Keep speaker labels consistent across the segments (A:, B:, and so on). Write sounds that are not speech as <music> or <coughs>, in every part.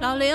A: 老刘，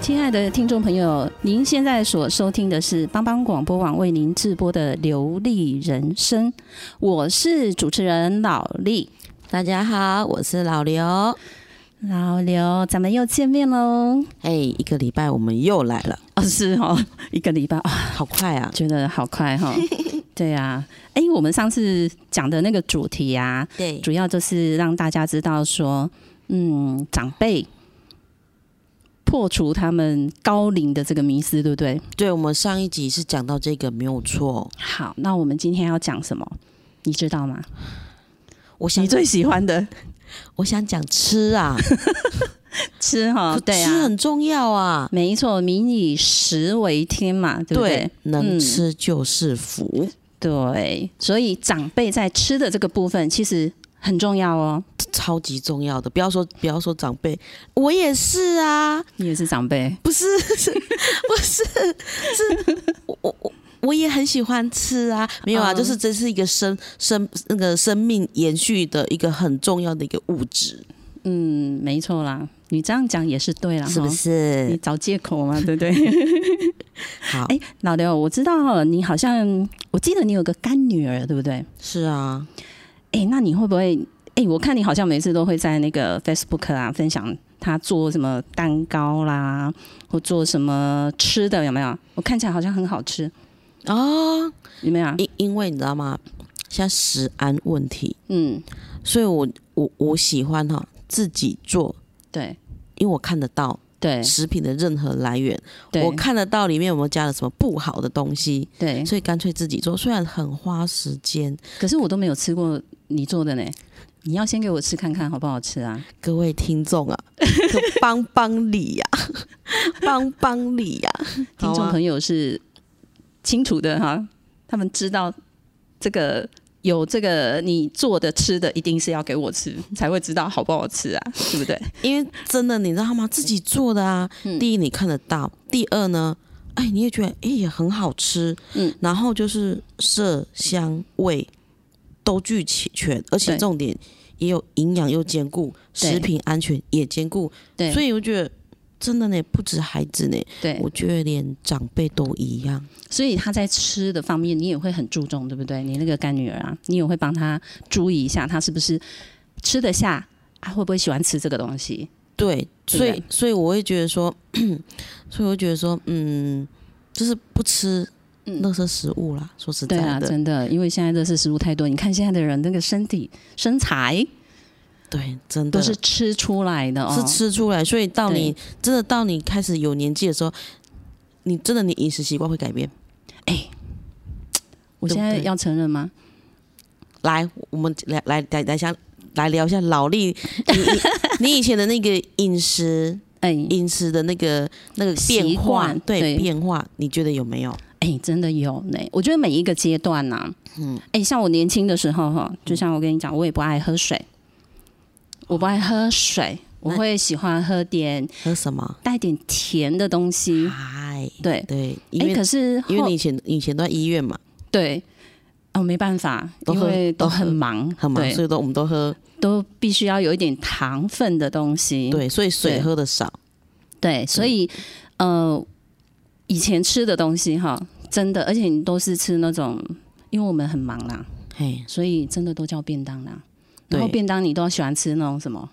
A: 亲爱的听众朋友，您现在所收听的是帮帮广播网为您直播的《流利人生》，我是主持人老丽。
B: 大家好，我是老刘。
A: 老刘，咱们又见面喽！
B: 哎、一个礼拜我们又来了，
A: 哦，是哦， <laughs> 一个礼拜哦，
B: 好快啊！
A: 觉得好快 <laughs> 哈、对啊，哎，我们上次讲的那个主题啊，
B: 对
A: 主要就是让大家知道说，嗯，长辈破除他们高龄的这个迷思，对不对？
B: 对，我们上一集是讲到这个没有错，
A: 好，那我们今天要讲什么？你知道吗？
B: 我想
A: 你最喜欢的
B: 我想讲吃
A: <laughs>
B: 啊，
A: 吃哈、
B: 可
A: 对
B: 吃
A: 啊，
B: 很重要啊。
A: 没错，民以食为天嘛，对不对？
B: 能
A: 嗯
B: 吃就是福。
A: 对，所以长辈在吃的这个部分其实很重要哦。
B: 超级重要的，不要说不要说长辈，我也是啊，
A: 你也是长辈，
B: 不是是不是是我我我我也很喜欢吃啊，没有啊，
A: 嗯
B: 就是这是一个生生那个生命延续的一个很重要的一个物质，
A: 嗯，没错啦，你这样讲也是对啦，
B: 是不
A: 哈？你
B: 是？
A: 找借口嘛，对不对？
B: 嗯 <laughs> 好，
A: 哎，老刘，我知道呃你好像，我记得你有个干女儿，对不对？
B: 是啊，
A: 哎，那你会不会？哎，我看你好像每次都会在那个 Facebook 啊分享她做什么蛋糕啦，或做什么吃的，有没有？我看起来好像很好吃，
B: 啊，
A: 有没有？
B: 因因为你知道吗？像食安问题，
A: 嗯，
B: 所以我我我喜欢哈自己做，
A: 对
B: 因为我看得到
A: 对
B: 食品的任何来源，
A: 对，
B: 我看得到里面有没有加了什么不好的东西，
A: 对，
B: 所以干脆自己做，虽然很花时间。
A: 可是我都没有吃过你做的呢。你要先给我吃看看好不好吃啊？
B: 各位听众啊， <laughs> 可帮帮你呀、 <laughs> 帮帮你呀、
A: 听
B: 好
A: 众
B: 啊
A: 朋友是清楚的哈，他们知道这个有这个你做的吃的，一定是要给我吃才会知道好不好吃
B: <laughs>
A: 啊，对不对？
B: 因为真的你知道吗？自己做的啊，
A: 嗯
B: 第一你看得到，第二呢，哎，你也觉得哎也很好吃，
A: 嗯，
B: 然后就是色香味都具齐全，而且
A: 对
B: 重点也有营养又兼顾，
A: 对
B: 食品安全也兼顾，
A: 对，
B: 所
A: 以
B: 以我觉得真的呢，不止孩子呢，
A: 对
B: 我，觉得连长辈都一样。
A: 所以他在吃的方面，你也会很注重，对不对？你那个干女儿啊，你也会帮她注意一下，她是不是吃得下，啊，会不会喜欢吃这个东西？
B: 对，
A: 对
B: 所
A: 不
B: 以
A: 对
B: 所以我会觉得说， <clears throat> 所以我会觉得说，嗯，就是不吃
A: 嗯
B: 垃圾食物啦。说实
A: 对
B: 在
A: 啊，
B: 的，
A: 真的，因为现在热式食物太多，你看现在的人那个身体身材
B: 对，真的
A: 都是吃出来的哦，
B: 是吃出来。所以到
A: 对
B: 你真的到你开始有年纪的时候，你真的你饮食习惯会改变。哎
A: 我现在
B: 对不对
A: 要承认吗？
B: 来，我们来来来来想来聊一下
A: <laughs>
B: 老力，你你你以前的那个饮食
A: 哎、
B: 饮食的那个那个
A: 习
B: 变化
A: 惯，
B: 对
A: 对
B: 变化，你觉得有没有？
A: 哎、真的有呢。我觉得每一个阶段呐、嗯，哎、像我年轻的时候
B: 嗯
A: 哈，就像我跟你讲，我也不爱喝水，我不爱喝水，我
B: 哦那
A: 会喜欢喝点
B: 喝什么？
A: 带点甜的东西。
B: 嗨，
A: 嗯对，
B: 对，啊因
A: 哎、
B: 为
A: 可是后
B: 因为你以前以前都在医院嘛。
A: 对。哦，没办法，
B: 都
A: 因
B: 喝
A: 为都
B: 都喝
A: 很忙，
B: 很忙，
A: 对
B: 所以都我们都喝
A: 都必须要有一点糖分的东西。
B: 对，所以水
A: 对
B: 喝的少，
A: 对，所以呃，以前吃的东西哈，真的，而且你都是吃那种因为我们很忙啦，
B: 嘿，
A: 所以真的都叫便当啦。然后
B: 对
A: 便当你都喜欢吃那种什么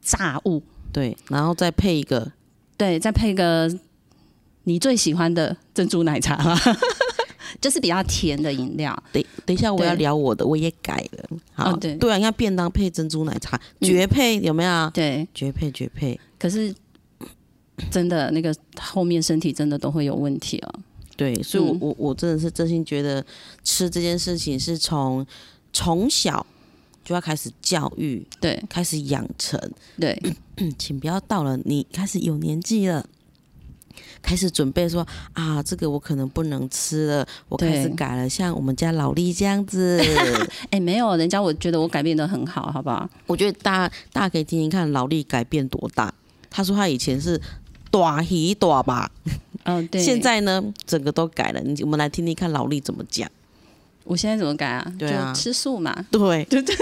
A: 炸物，
B: 对，然后再配一个
A: 对，再配个你最喜欢的珍珠奶茶吧， <laughs> 就是比较甜的饮料。
B: 等等一下，我
A: 对
B: 要聊我的，我也改了。好，
A: 哦对
B: 啊，你看便当配珍珠奶茶，
A: 嗯
B: 绝配有没有？
A: 对，
B: 绝配绝配，
A: 可是真的那个后面身体真的都会有问题哦。
B: 对，所以我，
A: 嗯
B: 我我真的是真心觉得吃这件事情是从从小就要开始教育，
A: 对
B: 开始养成。
A: <coughs> 对，
B: 嗯，请不要到了你开始有年纪了。开始准备说啊，这个我可能不能吃了，我开始
A: 对
B: 改了，像我们家老李这样子。
A: 哎，没有，人家我觉得我改变的很好，好不好？
B: 我觉得大家大家可以听听看劳力改变多大。他说他以前是短鱼短吧，
A: 哦，对，
B: 现在呢整个都改了。你我们来听听看劳力怎么讲。
A: 我现在怎么改啊？
B: 对啊
A: 就吃素嘛，
B: 对 <laughs> 对对，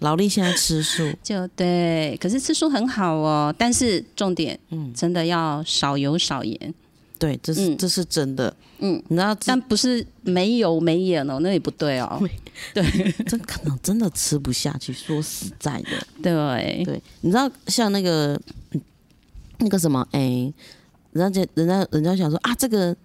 B: 劳力现在吃素，
A: 就对。可是吃素很好哦，但是重点
B: 嗯，
A: 真的要少油少盐，
B: 对，这是、
A: 嗯
B: 这是真的。
A: 嗯，
B: 你知道这
A: 但不是没油没盐哦，那也不对哦。 <laughs>
B: 这可能真的吃不下去。说实在的，
A: 对，
B: 对，你知道像那个嗯那个什么，哎、人家人家人家想说啊，这个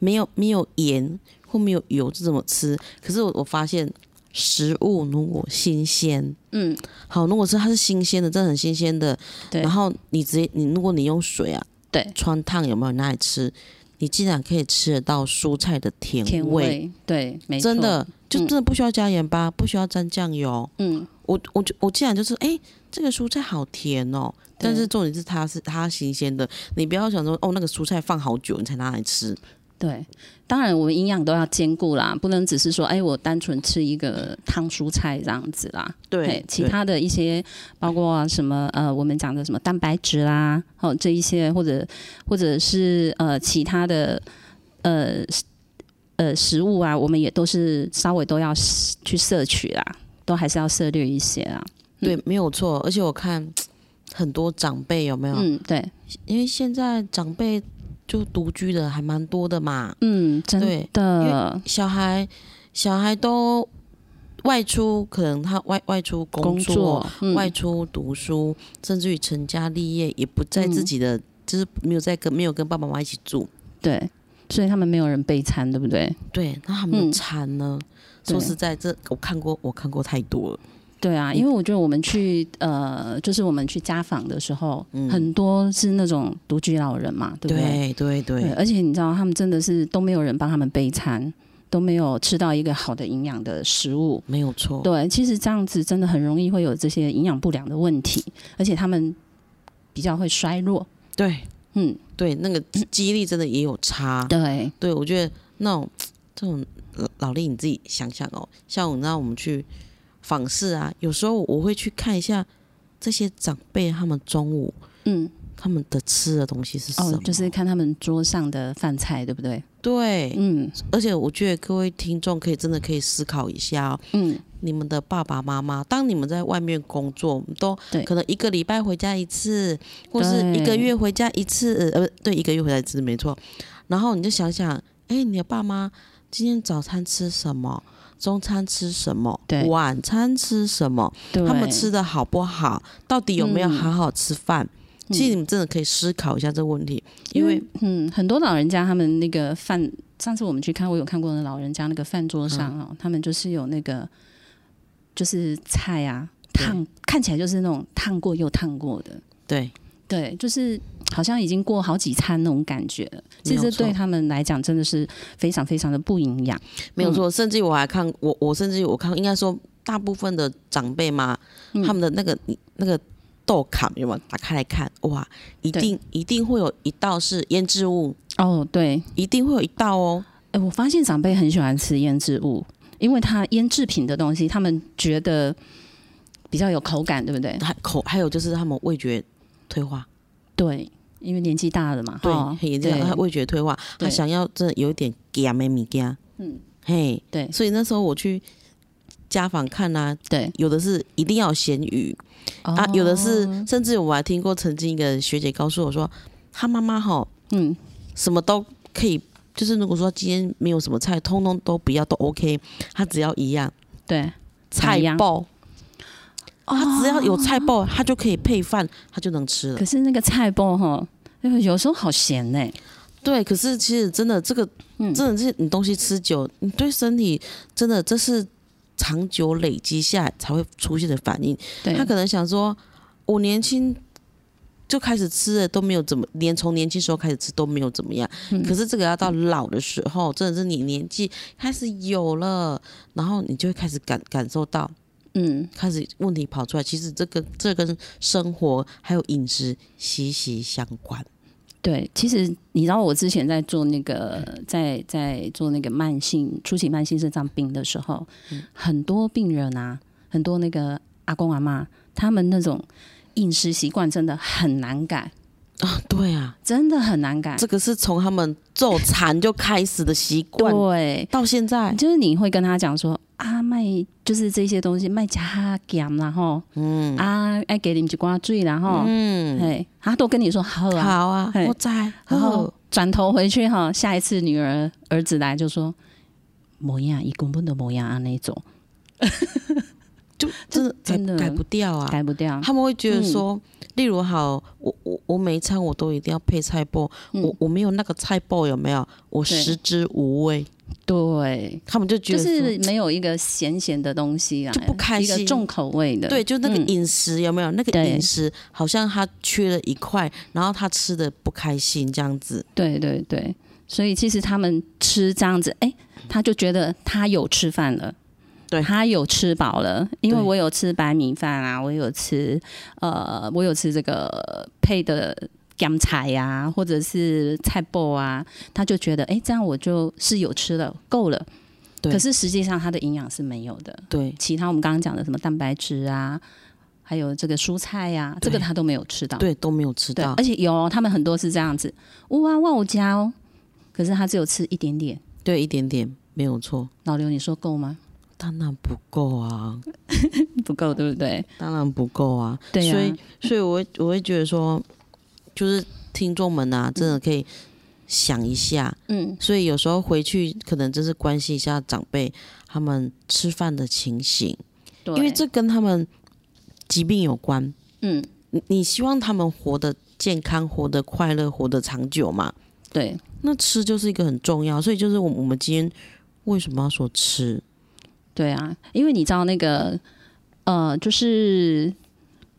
B: 没有没有盐或没有油，这怎么吃？可是我我发现食物如果新鲜，
A: 嗯，
B: 好，如果是它是新鲜的，真的很新鲜的，
A: 对
B: 然后你直接你如果你用水啊
A: 对，
B: 穿烫有没有拿来吃，你竟然可以吃得到蔬菜的甜
A: 甜味，对，没错，
B: 真，的就真的不需要加盐巴，不需要沾酱油。
A: 嗯，
B: 我我就我竟然就是哎、诶这个蔬菜好甜哦！
A: 对
B: 但是重点是它是它新鲜的，你不要想说哦，那个蔬菜放好久你才拿来吃。
A: 对。当然，我们营养都要兼顾啦，不能只是说，哎，我单纯吃一个汤蔬菜这样子啦。嘿其他的一些包括啊什么呃，我们讲的什么蛋白质啦，哦这一些或者或者是呃其他的呃食呃食物啊，我们也都是稍微都要摄去摄取啦，都还是要涉略一些啊。
B: 对，没有错。而且我看很多长辈有没有？
A: 嗯，对，
B: 因为现在长辈就独居的还蛮多的嘛，
A: 嗯，真
B: 对
A: 的
B: 小孩小孩都外出，可能他外外出工作，
A: 嗯
B: 外出读书，甚至于成家立业，也不在
A: 嗯
B: 自己的，就是没有在跟没有跟爸爸妈妈一起住。
A: 对，所以他们没有人备餐，对不对？
B: 对，那他们
A: 嗯
B: 的餐呢？
A: 对
B: 说实在，这我看过，我看过太多了。
A: 对啊，因为我觉得我们去呃，就是我们去家访的时候，
B: 嗯
A: 很多是那种独居老人嘛，对不对？
B: 对对
A: 对，
B: 对
A: 而且你知道，他们真的是都没有人帮他们备餐，都没有吃到一个好的营养的食物。
B: 没有错。
A: 对，其实这样子真的很容易会有这些营养不良的问题，而且他们比较会衰弱。
B: 对
A: 嗯，
B: 对，那个激励真的也有差。
A: 对，
B: 对，我觉得那种这种老老力，你自己想想哦，像我让我们去访视啊，有时候我会去看一下这些长辈他们中午
A: 嗯，
B: 他们的吃的东西是什么。
A: 哦，就是看他们桌上的饭菜，对不对？
B: 对，
A: 嗯
B: 而且我觉得各位听众可以真的可以思考一下、哦，
A: 嗯，
B: 你们的爸爸妈妈，当你们在外面工作，都
A: 对
B: 可能一个礼拜回家一次，或是
A: 对
B: 一个月回家一次，呃，不对，一个月回家一次没错。然后你就想想，哎，你的爸妈今天早餐吃什么？中餐吃什么
A: 对？
B: 晚餐吃什么？
A: 对，
B: 他们吃的好不好？到底有没有
A: 嗯
B: 好好吃饭？
A: 嗯，
B: 其实你们真的可以思考一下这个问题，因
A: 因
B: 为
A: 为嗯，很多老人家他们那个饭，上次我们去看，我有看过的老人家那个饭桌
B: 嗯
A: 上哦，他们就是有那个就是菜啊，
B: 对
A: 烫看起来就是那种烫过又烫过的，
B: 对
A: 对，就是好像已经过好几餐那种感觉了。其实
B: 没
A: 这
B: 有错
A: 对他们来讲真的是非常非常的不营养。
B: 没有错，甚至于我还看我我甚至于我看应该说大部分的长辈嘛，
A: 嗯
B: 他们的那个那个豆卡有没有打开来看？哇，一
A: 对
B: 定一定会有一道是腌制物，
A: 哦，对，
B: 一定会有一道哦。
A: 哎，我发现长辈很喜欢吃腌制物，因为他腌制品的东西，他们觉得比较有口感，对不对？
B: 还口还有就是他们味觉退化，
A: 对，因为年纪大了嘛，
B: 对，
A: 哈
B: 很严重，他味觉退化，
A: 哦
B: 他
A: 对
B: 想要真的有一点咸的米羹，
A: 嗯，
B: 嘿，
A: 对
B: 所以那时候我去家访看啊，
A: 对
B: 有的是一定要有咸鱼，
A: 哦
B: 啊，有的是，甚至我还听过曾经一个学姐告诉我说，她妈妈吼
A: 嗯，
B: 什么都可以就是如果说今天没有什么菜，通通都不要都 OK，他只要一样
A: 对，
B: 菜
A: 样哦
B: 爆，他只要有菜爆，他就可以配饭，他就能吃了
A: 可。是那个菜包哈，哎呦有时候好咸呢、
B: 对，可是其实真的这个，
A: 嗯
B: 真的是你东西吃久，你对身体真的这是长久累积下来才会出现的反应。
A: 对，
B: 他可能想说，我年轻就开始吃了都没有怎么，连从年轻时候开始吃都没有怎么样。
A: 嗯
B: 可是这个要到老的时候，真的是你年纪开始有了，然后你就会开始感感受到，
A: 嗯，
B: 开始问题跑出来。其实这个这跟生活还有饮食息息相关。
A: 对，其实你知道我之前在做那个在在做那个慢性初期慢性肾脏病的时候，
B: 嗯
A: 很多病人啊，很多那个阿公阿妈，他们那种饮食习惯真的很难改，哦
B: 啊，对啊，
A: 真的很难改
B: 这。个是从他们做禅就开始的习惯，
A: 对，
B: 到现在，
A: 就是你会跟他讲说啊，卖就是这些东西卖加咸然后
B: 嗯
A: 啊，爱给你们几罐醉然后，
B: 嗯，
A: 哎、他都跟你说好啊，
B: 好啊，
A: 嘿
B: 我在，
A: 然后
B: 哦
A: 转头回去哈，下一次女儿儿子来就说模样，一根本的模样啊那种
B: <laughs> 就真的
A: 真的
B: 改改不掉啊，
A: 改不掉。
B: 他们会觉得
A: 嗯
B: 说，例如好，我我我每一餐我都一定要配菜包，我
A: 嗯，
B: 我没有那个菜包有没有？我
A: 对
B: 食之无味，
A: 对，
B: 他们就觉
A: 就
B: 得说
A: 是没有一个咸咸的东西啊，
B: 就不开心
A: 一个重口味的，
B: 对，就那个
A: 嗯
B: 饮食有没有？那个
A: 对
B: 饮食好像他缺了一块，然后他吃的不开心这样子。
A: 对对对，所以其实他们吃这样子，哎，他就觉得他有吃饭了。
B: 对
A: 他有吃饱了，因为
B: 对
A: 我有吃白米饭啊，我有吃呃，我有吃这个配的干菜呀、或者是菜包啊，他就觉得哎，这样我就是有吃了，够了。
B: 对
A: 可是实际上它的营养是没有的，
B: 对
A: 其他我们刚刚讲的什么蛋白质啊，还有这个蔬菜呀、这个
B: 对
A: 他都没有吃到。
B: 对，都没有吃
A: 对，
B: 到
A: 而。且有哦他们很多是这样子，哇哇我家哦，可是他只有吃一点点。
B: 对，一点点没有错。
A: 老刘，你说够吗？
B: 当然不够啊，
A: 不够，对不对？
B: 当然不够啊。
A: 对呀、
B: 所以，所以我会我会觉得说，就是听众们啊，真的可以想一下，
A: 嗯，
B: 所以有时候回去可能就是关心一下长辈他们吃饭的情形，
A: 对，
B: 因为这跟他们疾病有关。
A: 嗯，
B: 你你希望他们活得健康、活得快乐、活得长久嘛？
A: 对
B: 那吃就是一个很重要，所以就是我我们今天为什么要说吃？
A: 对啊，因为你知道那个呃，就是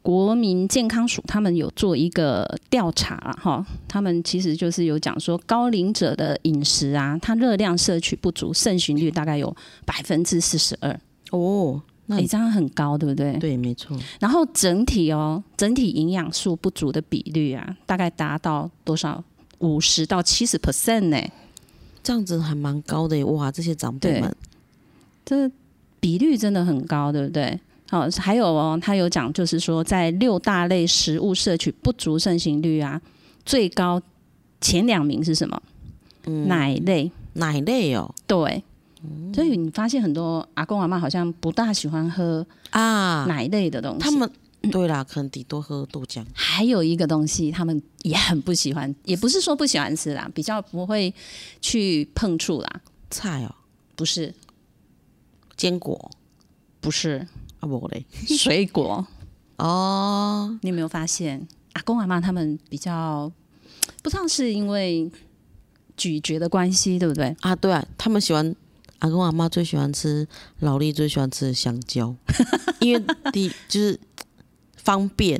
A: 国民健康署他们有做一个调查啦哈，他们其实就是有讲说高龄者的饮食啊，它热量摄取不足，盛行率大概有百分之四十二，
B: 哦，那
A: 哎，这样很高，对不对？
B: 对，没错，
A: 然后整体哦，整体营养素不足的比率啊，大概达到多少？五十到七十 percent 呢？
B: 这样子还蛮高的耶哇！这些长辈们，
A: 这比率真的很高，对不对？好，还有哦，他有讲，就是说在六大类食物摄取不足盛行率啊，最高前两名是什么？
B: 嗯，
A: 奶类，
B: 奶类哦
A: 对。所以你发现很多阿公阿妈好像不大喜欢喝
B: 啊，
A: 奶类的东西。
B: 他们对啦，可能顶多喝豆浆，
A: 还有一个东西，他们也很不喜欢，也不是说不喜欢吃啦，比较不会去碰触啦。
B: 菜哦，
A: 不是，
B: 坚果
A: 不是
B: 啊，我嘞
A: 水果，
B: <laughs> 哦。
A: 你有没有发现阿公阿妈他们比较不知道是因为咀嚼的关系，对不对？
B: 啊，对啊，他们喜欢阿公阿妈最喜欢吃老力最喜欢吃的香蕉，
A: <laughs>
B: 因为第一就是方便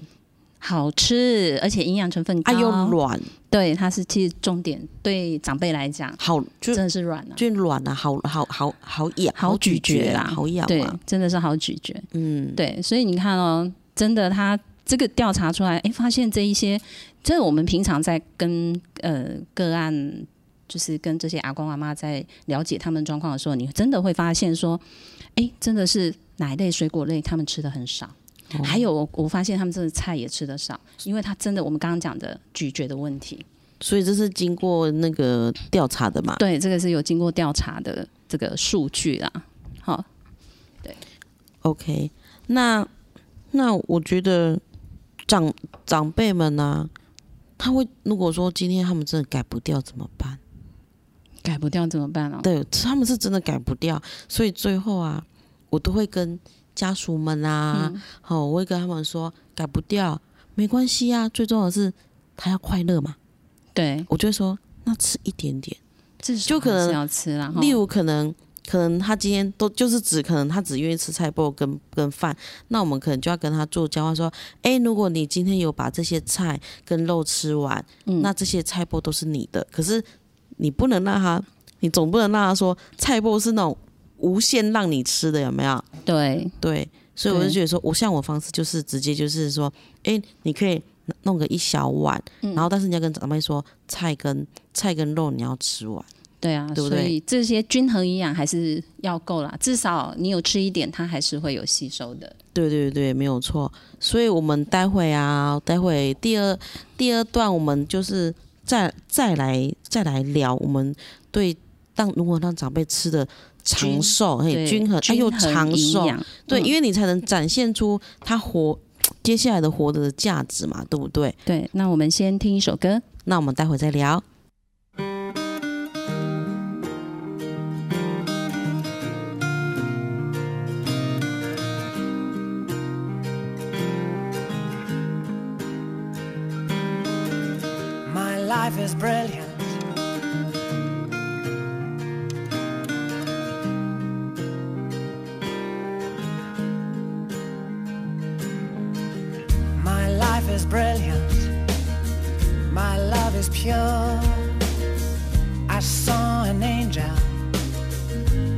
A: 好吃，而且营养成分高，
B: 啊又软，
A: 对，它是其实重点对长辈来讲
B: 好就
A: 真的是软啊，
B: 就软啊，好好好好咬，
A: 好咀嚼啦，
B: 啊，好咬
A: 对
B: 啊，，
A: 真的是好咀嚼。
B: 嗯，
A: 对，所以你看哦，真的他这个调查出来，哎，发现这一些，这我们平常在跟呃个案，就是跟这些阿公阿妈在了解他们状况的时候，你真的会发现说，哎，真的是奶类、水果类他们吃的很少。
B: 哦
A: 还有，我我发现他们真的菜也吃的少，因为他真的我们刚刚讲的咀嚼的问题，
B: 所以这是经过那个调查的嘛，
A: 对，这个是有经过调查的这个数据啦。好，
B: OK，那那我觉得长长辈们呢、啊，他会如果说今天他们真的改不掉怎么办？
A: 改不掉怎么办啊？
B: 对，他们是真的改不掉，所以最后啊，我都会跟家属们啊，
A: 嗯
B: 好、我会跟他们说，改不掉没关系啊，最重要的是他要快乐嘛。
A: 对，
B: 我就会说，那吃一点点，
A: 至少
B: 就可
A: 还是
B: 能
A: 要吃啦。哈
B: 例如可能。可能他今天都就是只可能他只愿意吃菜包跟跟饭，那我们可能就要跟他做交换，说，哎、如果你今天有把这些菜跟肉吃完，
A: 嗯
B: 那这些菜包都是你的，可是你不能让他，你总不能让他说菜包是那种无限让你吃的，有没有？
A: 对
B: 对，所以我就
A: 对
B: 觉得说，我像我方式就是直接就是说，哎、你可以弄个一小碗，
A: 嗯
B: 然后但是你要跟长辈说，菜跟菜跟肉你要吃完，
A: 对啊，
B: 对
A: 所
B: 不对
A: 以这些均衡营养还是要够啦，至少你有吃一点，它还是会有吸收的。
B: 对对对，没有错。所以我们待会啊，待会第二第二段我们就是再再来再来聊我们对让如何让长辈吃的长
A: 均
B: 寿，嘿，
A: 对
B: 均衡，哎
A: 均
B: 又
A: 衡
B: 长
A: 营
B: 寿，
A: 养
B: 对，
A: 嗯
B: 因为你才能展现出他活接下来的活着的价值嘛，对不对？
A: 对。那我们先听一首歌。
B: 那我们待会再聊。
C: My life is brilliant. My life is brilliant. My love is pure. I saw an angel.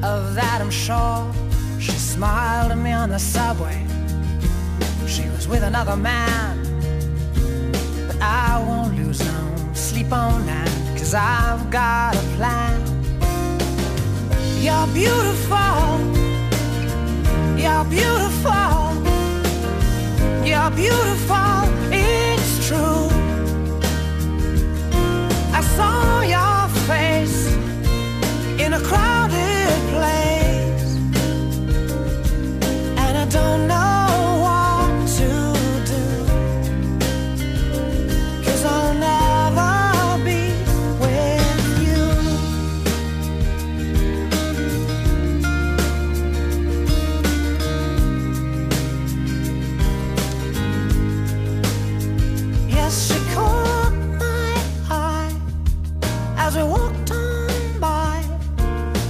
C: Of that I'm sure. She smiled at me on the subway. She was with another man but I won't lose no sleep on that, cause I've got a plan. You're beautiful, you're beautiful, you're beautiful, it's true. I saw your face in a crowded place, and I don't know what to do. Cause I'll never be with you. Yes, she caught my eye as we walked on by.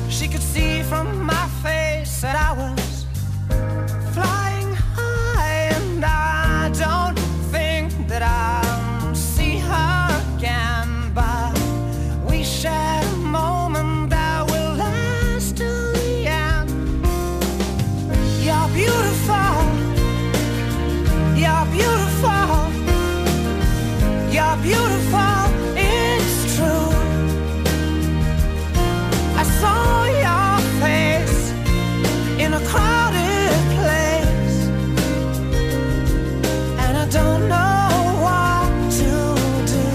C: She could see from my face that I was flying high, and I don't think that I'll see her again. But we shared a moment that will last till the end. You're beautiful. You're beautiful. You're beautiful. It's true. I saw your face in a crowded place, and I don't know what to do.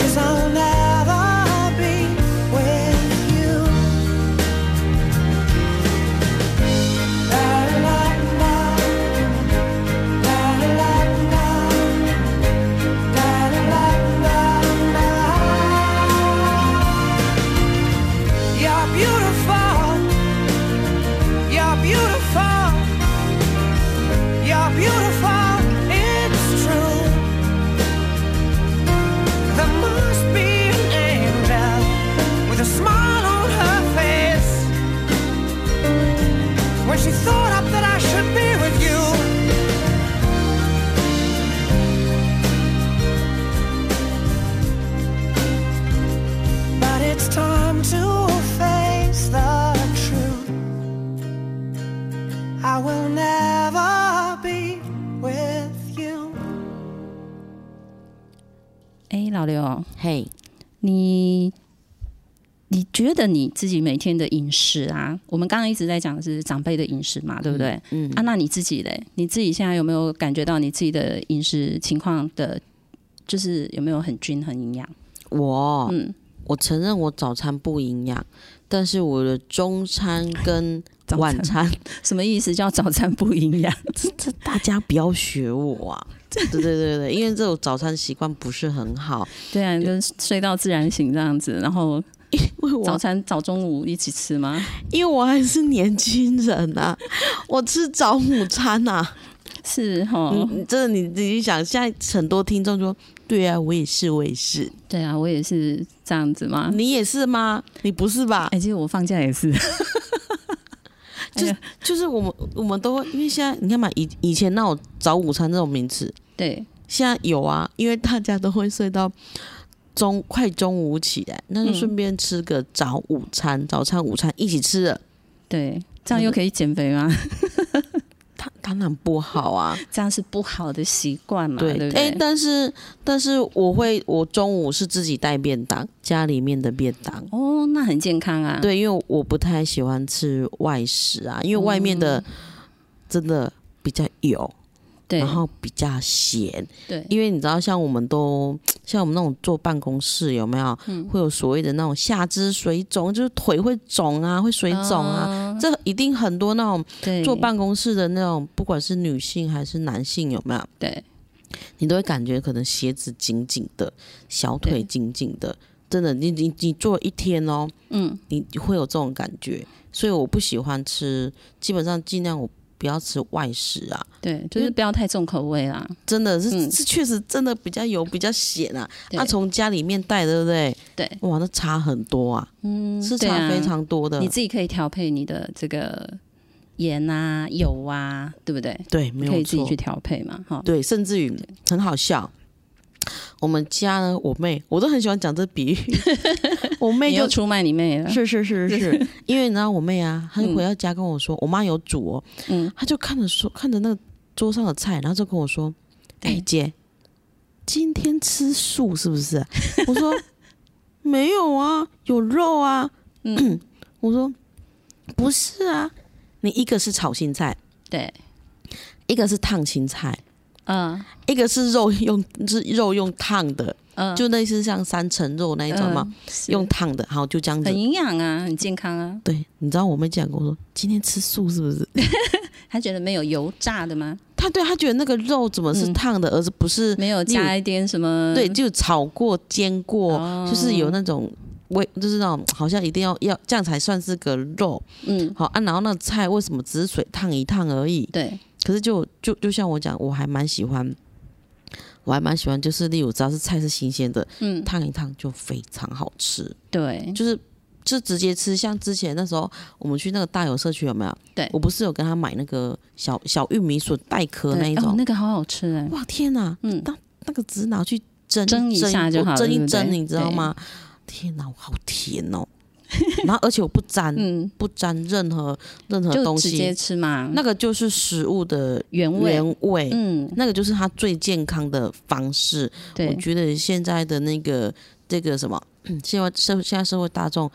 C: Cause I'll never be with you. La la la, la la la, la la la la. You're beautiful. You're beautiful. You're beautiful. It's true. There must be an angel with a smile on her face when she thought up that I should be with you. But it's time to face the truth. I will never be with you.
A: 哎，老刘，
B: 嘿、
A: 你你觉得你自己每天的饮食啊，我们刚刚一直在讲的是长辈的饮食嘛，对不对？
B: 嗯
A: 啊，那你自己嘞？你自己现在有没有感觉到你自己的饮食情况的，就是有没有很均衡营养？
B: 我、
A: 嗯，
B: 我承认我早餐不营养，但是我的中餐跟
A: <laughs> 早餐
B: 晚餐，
A: 什么意思？叫早餐不营养？
B: 这这大家不要学我啊！ <laughs> 对对对对，因为这种早餐习惯不是很好，
A: <laughs> 对啊，就睡到自然醒这样子，然后
B: 因为
A: 早
B: 我
A: 餐早中午一起吃吗？
B: 因为我还是年轻人啊， <laughs> 我吃早午餐啊。
A: <laughs> 是哈，
B: 嗯，真的你自己想，现在很多听众说，对啊，我也是，我也是，
A: 对啊，我也是这样子嘛。
B: 你也是吗？你不是吧？
A: 哎、其实我放假也是，
B: 就是我们我们都会，因为现在你看嘛，以以前那种早午餐这种名词，
A: <laughs> 对，
B: 现在有啊，因为大家都会睡到中快中午起来，那就
A: 嗯
B: 顺便吃个早午餐，早餐午餐一起吃了，
A: 对，这样又可以减肥吗？
B: 它当然不好啊。
A: <laughs> 这样是不好的习惯嘛，对不
B: 哎、
A: 对？
B: 但是但是我会，我中午是自己带便当，家里面的便当。
A: 哦，那很健康啊。，
B: 对，因为我不太喜欢吃外食啊，因为外面的真的比较油，
A: 嗯对
B: 然后比较咸。
A: 对，
B: 因为你知道，像我们都像我们那种坐办公室，有没有、
A: 嗯
B: 会有所谓的那种下肢水肿，就是腿会肿啊，会水肿啊。
A: 哦
B: 这一定很多那种
A: 对
B: 坐办公室的那种，不管是女性还是男性，有没有？
A: 对
B: 你都会感觉可能鞋子紧紧的，小腿
A: 对
B: 紧紧的，真的，你你你坐一天哦，
A: 嗯，
B: 你会有这种感觉。所以我不喜欢吃，基本上尽量我不要吃外食啊。
A: 对，就是不要太重口味啦。
B: 真的是、
A: 嗯
B: 是确实真的比较油比较咸啊，
A: 对
B: 那从、家里面带对不对？
A: 对，
B: 哇，那差很多啊，
A: 嗯，
B: 是
A: 对
B: 差
A: 啊
B: 非常多的。
A: 你自己可以调配你的这个盐啊、油啊，对不对？
B: 对，没
A: 可
B: 有
A: 以自己
B: 错
A: 去。调配嘛，哈。
B: 对，甚至于很好笑。我们家呢，我妹我都很喜欢讲这比喻，我妹
A: 你又
B: 就
A: 出卖你妹了，
B: 是是是是， <laughs> 因为你知道我妹啊，她就回到家跟我说，我妈有煮哦，
A: 嗯
B: 她就看着说看着那个桌上的菜，然后就跟我说：“哎、
A: 对
B: 姐，今天吃素是不是？”
A: <laughs>
B: 我说：“没有啊，有肉啊。”
A: 嗯
B: <clears throat> 我说：“不是啊，你一个是炒青菜，
A: 对，
B: 一个是烫青菜，
A: 嗯
B: 一个是肉用 <laughs> 是肉用烫的，
A: 嗯，
B: 就类似像三层肉那一种嘛，
A: 嗯是
B: 用烫的，好就这样子
A: 很。”营养啊，很健康啊。
B: 对，你知道我妹竟然跟我说今天吃素是不是？
A: 他觉得没有油炸的吗？
B: 他对他觉得那个肉怎么是
A: 嗯
B: 烫的，而是不是
A: 没有加一点什么？
B: 对，就炒过、煎过，
A: 哦
B: 就是有那种味，就是那种好像一定要要这样才算是个肉。
A: 嗯，
B: 好啊，然后那个菜为什么只是水烫一烫而已？
A: 对，
B: 可是就就就像我讲，我还蛮喜欢，我还蛮喜欢，就是例如只要是菜是新鲜的，
A: 嗯，
B: 烫一烫就非常好吃，
A: 对，
B: 就是。就直接吃，像之前那时候我们去那个大有社区有没有？
A: 对
B: 我不是有跟他买那个小小玉米笋带壳
A: 对
B: 那一
A: 哦
B: 种，
A: 那个好好吃哎，
B: 哇天哪，
A: 嗯
B: 那那个只是拿去蒸
A: 蒸
B: 一
A: 一下就好了
B: 蒸
A: 对
B: 一
A: 不
B: 蒸，
A: 对
B: 你知道吗？天哪，我好甜哦！ <laughs> 然后而且我不沾，
A: 嗯，
B: 不沾任何任何
A: 就
B: 东
A: 直接
B: 西，
A: 吃嘛，
B: 那个就是食物的
A: 原味
B: 原，味，
A: 嗯，
B: 那个就是它最健康的方式。我
A: 对，
B: 觉得现在的那个这个什么，现在社现在社会大众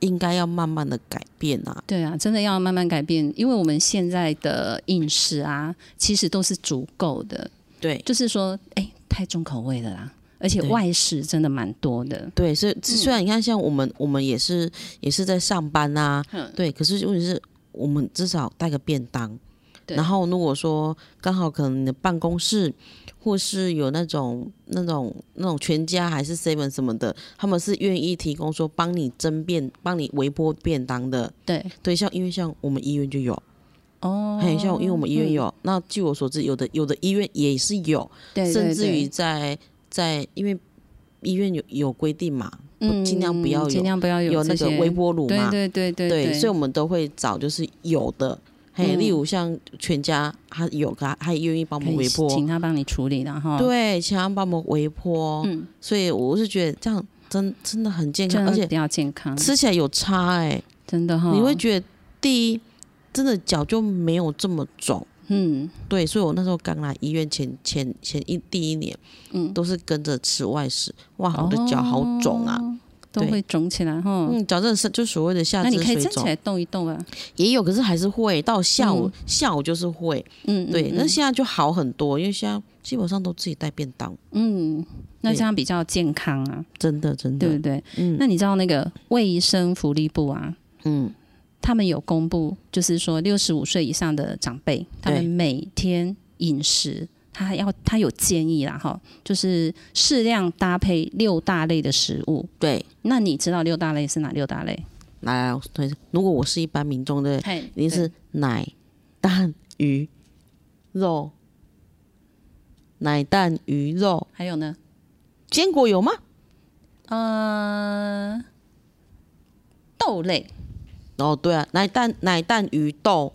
B: 应该要慢慢的改变啊。
A: 对啊，真的要慢慢改变，因为我们现在的饮食啊，其实都是足够的，
B: 对
A: 就是说，哎、太重口味了啦，而且
B: 对
A: 外食真的蛮多的，
B: 对，所以虽然你看，像我们我们也是也是在上班啊，
A: 嗯
B: 对，可是问题是我们至少带个便当，
A: 对
B: 然后如果说刚好可能你的办公室或是有那种那种那种全家还是 seven 什么的，他们是愿意提供说帮你蒸便、帮你微波便当的。
A: 对，
B: 对，像因为像我们医院就有，
A: 哦，嗯
B: 还有像因为我们医院有，那据我所知，有的有的医院也是有，
A: 对，对
B: 甚至于
A: 对
B: 在在因为医院有有规定嘛，不
A: 嗯，
B: 尽量不要有
A: 尽量不要
B: 有
A: 这
B: 那个
A: 些
B: 微波炉
A: 对
B: 嘛，
A: 对对对
B: 对所以我们都会找就是有的，嘿，
A: 嗯
B: 例如像全家，他有他他愿意帮我
A: 可
B: 们
A: 以
B: 微波，
A: 请他帮你处理的哈，，
B: 对，哦请他帮我们微波，
A: 嗯，
B: 所以我是觉得这样真真的很健
A: 这
B: 康，
A: 样
B: 哎而
A: 比
B: 且
A: 较健康，嗯
B: 吃起来有差哎、
A: 真的哈，
B: 你会觉得第一真的脚就没有这么肿。
A: 嗯
B: 对，所以我那时候刚来医院前前前一第一年
A: 嗯，
B: 都是跟着吃外食，哇，我的脚好肿啊！
A: 哦都
B: 对
A: 会肿起来哈。
B: 嗯，矫正是就所谓的下
A: 那
B: 肢
A: 你可以
B: 水
A: 站起来
B: 肿，
A: 动一动啊。
B: 也有，可是还是会到下午，下午就是会，
A: 嗯，嗯
B: 对。
A: 嗯
B: 那现在就好很多，因为现在基本上都自己带便当，
A: 嗯，那
B: 对
A: 这样比较健康啊，
B: 真的真
A: 对不
B: 的，
A: 对？
B: 嗯
A: 那你知道那个卫生福利部啊，
B: 嗯，
A: 他们有公布，就是说六十五岁以上的长辈，他们每天饮食，他要他有建议啦哈，就是适量搭配六大类的食物。
B: 对。
A: 那你知道六大类是哪六大类？
B: 来来，我推如果我是一般民众的，
A: 嘿
B: 一定是奶、蛋、鱼、肉，奶、蛋、鱼、肉，
A: 还有呢？
B: 坚果有吗？
A: 呃，豆类，
B: 哦，对啊，奶、蛋、奶、蛋、鱼、豆、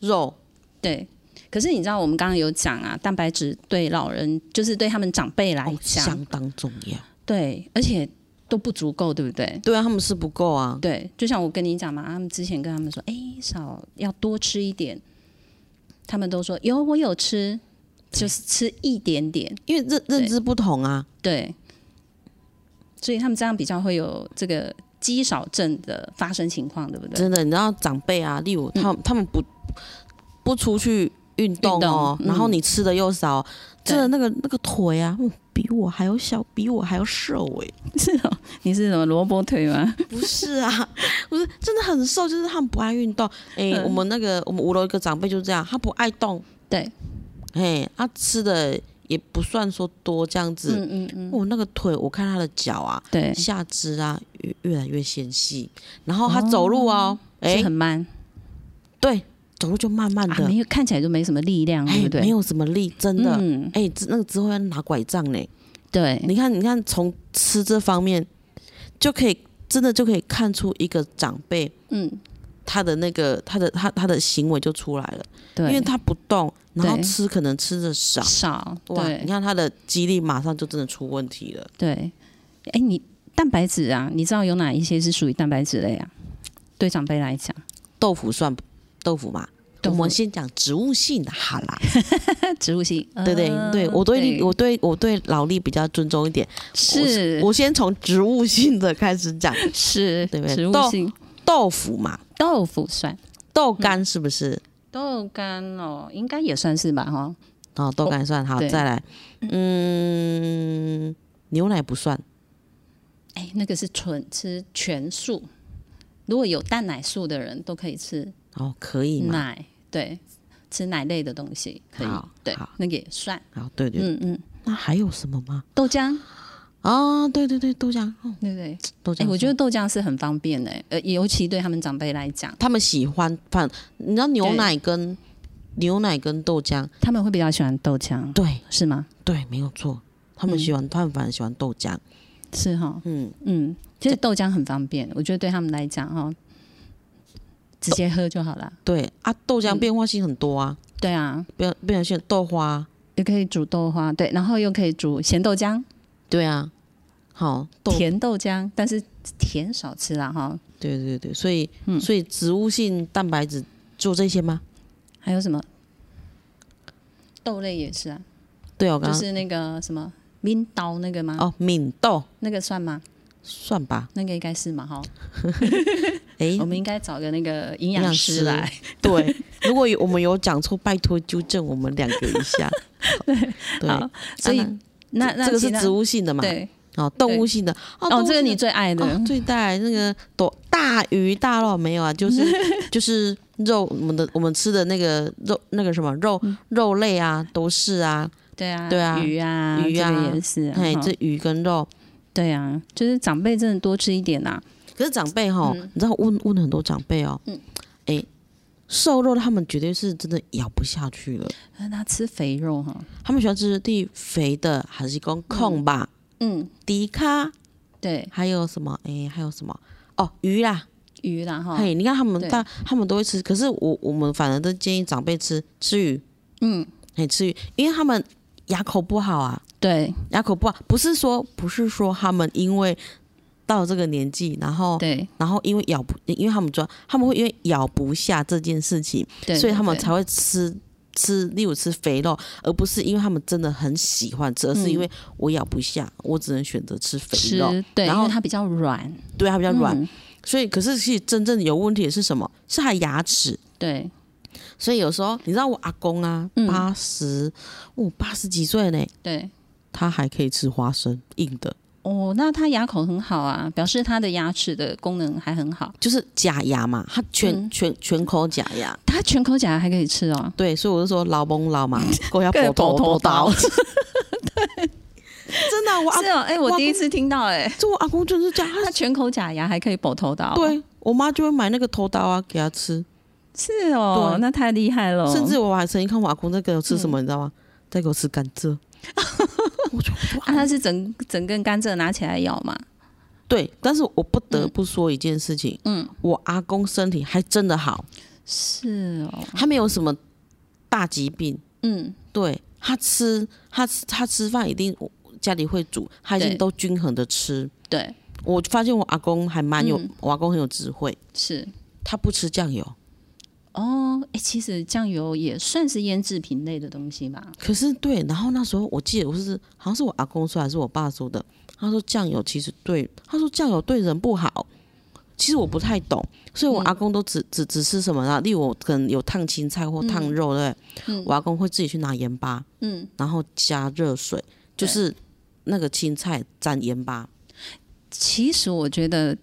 B: 肉，
A: 对。可是你知道，我们刚刚有讲啊，蛋白质对老人，就是对他们长辈来
B: 哦，
A: 讲，
B: 相当重要。
A: 对，而且都不足够，对不对？
B: 对啊，他们是不够啊。
A: 对，就像我跟你讲嘛，他们之前跟他们说，哎，少要多吃一点，他们都说有，我有吃，就是吃一点点，
B: 因为认认知不同啊，
A: 对，所以他们这样比较会有这个肌少症的发生情况，对不嗯对？
B: 真的，你知道长辈啊，例如他、他们不不出去运动哦，
A: 运动嗯
B: 然后你吃的又少，
A: 对
B: 真的那个那个腿啊，嗯比我还要小，比我还要瘦哎、
A: <laughs> 是哦，你是什么萝卜腿吗？
B: 不是啊， <laughs> 不是真的很瘦，就是他们不爱运动。哎、
A: 嗯
B: 我们那个我们五楼一个长辈就这样，他不爱动，
A: 对，
B: 哎、他吃的也不算说多这样子。
A: 嗯嗯嗯，
B: 我、那个腿，我看他的脚啊、
A: 对，
B: 下肢啊，越越来越纤细，然后他走路哦，哎、
A: 是很慢，
B: 对，走路就慢慢
A: 啊
B: 的，
A: 没有看起来就没什么力量，对
B: 哎、
A: 不对？
B: 没有什么力，真的。
A: 嗯，
B: 哎、这那个之后要拿拐杖呢。
A: 对，
B: 你看，你看，从吃这方面就可以，真的就可以看出一个长辈
A: 嗯，
B: 他的那个他的他他的行为就出来了，
A: 对，
B: 因为他不动，然后
A: 对
B: 吃可能吃的少，
A: 少，
B: 哇，
A: 对
B: 你，看他的肌力马上就真的出问题了。
A: 对，哎，你蛋白质啊，你知道有哪一些是属于蛋白质类啊？对长辈来讲，
B: 豆腐算豆腐嘛？
A: 豆
B: 我
A: 腐
B: 们先讲植物性的好啦，
A: 那植物性，
B: 对不对
A: 呃
B: 对，我对你我对我对劳力比较尊重一点，我
A: 是 <laughs>
B: 我先从植物性的开始讲，
A: 是
B: 对不对
A: 植物
B: 豆
A: 性
B: 豆腐嘛，
A: 豆腐算
B: 豆
A: 嗯
B: 干是不是？
A: 豆干哦，应该也算是吧哈。
B: 哦，豆干算好，
A: 对
B: 再来，嗯，牛奶不算，
A: 哎，那个是纯吃全素，如果有蛋奶素的人都可以吃
B: 哦，可以嘛？
A: 奶，对，吃奶类的东西可以
B: 好，
A: 对
B: 好，
A: 那个也算。
B: 好，对对，对
A: 嗯嗯，
B: 那还有什么吗？
A: 豆浆，
B: 啊，对对对，豆浆，哦
A: 对不对？
B: 豆浆
A: 哎，
B: 是，
A: 我觉得豆浆是很方便的，呃，尤其对他们长辈来讲，
B: 他们喜欢饭，你知道牛
A: 对
B: 奶跟牛奶跟豆浆，
A: 他们会比较喜欢豆浆，
B: 对
A: 是吗？
B: 对，没有错，他们
A: 嗯
B: 喜欢，他们反而喜欢豆浆，
A: 是哈，
B: 嗯，
A: 嗯，其实豆浆很方便，我觉得对他们来讲哈，直接喝就好了。
B: 对啊，豆浆
A: 嗯
B: 变化性很多啊，
A: 对啊，
B: 变变化性豆花，
A: 也可以煮豆花，对，然后又可以煮咸豆浆、
B: 对啊，好豆，
A: 甜豆浆，但是甜少吃啦哈。
B: 对对对，所以
A: 嗯
B: 所以植物性蛋白质就这些吗？
A: 还有什么豆类也是啊，
B: 对，我刚
A: 就
B: 刚
A: 是那个什么冰刀那个吗？
B: 哦，敏豆
A: 那个算吗？
B: 算吧，
A: 那个应该是嘛哈。
B: 哎 <laughs>
A: 我，们应该找个那个营
B: 营
A: 养
B: 养
A: 师
B: 师
A: 来。
B: 对，如果有我们有讲错，拜托纠正我们两个一
A: <laughs>
B: 下，对
A: 好，所以
B: 啊
A: 那
B: 那
A: 那
B: 这个是
A: 其他
B: 植物性的嘛？
A: 对
B: 哦，动物性的哦
A: 哦，这个你
B: 最
A: 最爱的
B: 哦、最大的那个多大鱼大肉没有啊？
A: <laughs>
B: 就是就是肉，我们的我们吃的那个肉那个什么肉
A: 嗯
B: 肉类啊，都是啊，
A: 对啊，
B: 对啊
A: 鱼啊，
B: 鱼
A: 这
B: 啊
A: 个也是、啊，
B: 哎，
A: 哈
B: 这鱼跟肉。
A: 对啊，就是长辈真的多吃一点啊啦、
B: 可是长辈哈，
A: 嗯
B: 你知道问问很多长辈哦，嗯，哎，瘦肉他们绝对是真的咬不下去了，
A: 让他吃肥肉哈，
B: 他们喜欢吃地肥的，还是讲控吧，
A: 嗯，
B: 迪卡，
A: 对，
B: 还有什么？哎，还有什么？哦，鱼啦，
A: 鱼啦哈，
B: 嘿，你看他们
A: 哦对
B: 大，他们都会吃，可是我我们反而都建议长辈吃吃鱼，
A: 嗯，
B: 嘿，吃鱼，因为他们牙口不好啊，
A: 对
B: 牙口不好，不是说不是说他们因为到这个年纪，然后
A: 对
B: 然后因为咬不，因为他们主要他们会因为咬不下这件事情，
A: 对，
B: 所以他们
A: 对
B: 才会吃吃，例如吃肥肉，而不是因为他们真的很喜欢吃，而是因为我咬不下，我只能选择吃
A: 嗯
B: 肥
A: 吃
B: 肉。
A: 对，
B: 然
A: 因
B: 后
A: 为它比较软，
B: 对它比较软，
A: 嗯
B: 所以可是其实真正有问题的是什么？是他牙齿。
A: 对，
B: 所以有时候你知道我阿公啊，
A: 嗯
B: 八十、我八十几岁呢，
A: 对。
B: 他还可以吃花生硬的，
A: 哦，那它牙口很好啊，表示它的牙齿的功能还很好。
B: 就是假牙嘛，他全、
A: 嗯
B: 全全口假牙。
A: 它全口假牙还可以吃哦，
B: 对，所以我就说老翁老嘛，够要
A: 够
B: 搏头
A: 搏
B: 搏
A: 头
B: 刀 <laughs>
A: 刀。
B: 真的啊、我阿
A: 是哦，哎、我
B: 哇
A: 第一次听到、哎，
B: 这我阿公就是这样，他
A: 它全口假牙还可以保头刀，，哦
B: 对我妈就会买那个头刀啊给他吃，
A: 是哦
B: 对，
A: 那太厉害了，
B: 甚至我还曾经看我阿公在给我吃什么，你知道吗？在给我吃甘蔗。我就哇
A: 啊，它是整整根甘蔗拿起来咬嘛，
B: 对，但是我不得不说一件事情，
A: 嗯，
B: 我阿公身体还真的好，
A: 是哦，
B: 他没有什么大疾病。
A: 嗯，
B: 对他吃，他吃他吃饭一定家里会煮，他一定
A: 对
B: 都均衡的吃。
A: 对，
B: 我发现我阿公还蛮有，
A: 嗯
B: 我阿公很有智慧，
A: 是
B: 他不吃酱油，
A: 哦，哎、其实酱油也算是腌制品类的东西吧，
B: 可是对，然后那时候我记得我是好像是我阿公说还是我爸说的，他说酱油其实对，他说酱油对人不好。其实我不太懂，所以我
A: 嗯
B: 阿公都只、只只吃什么呢？例如我可能有烫青菜或烫肉，对不对？
A: 嗯
B: 我阿公会自己去拿盐巴，
A: 嗯，
B: 然后加热水，就
A: 对
B: 是那个青菜沾盐巴。
A: 其实我觉得。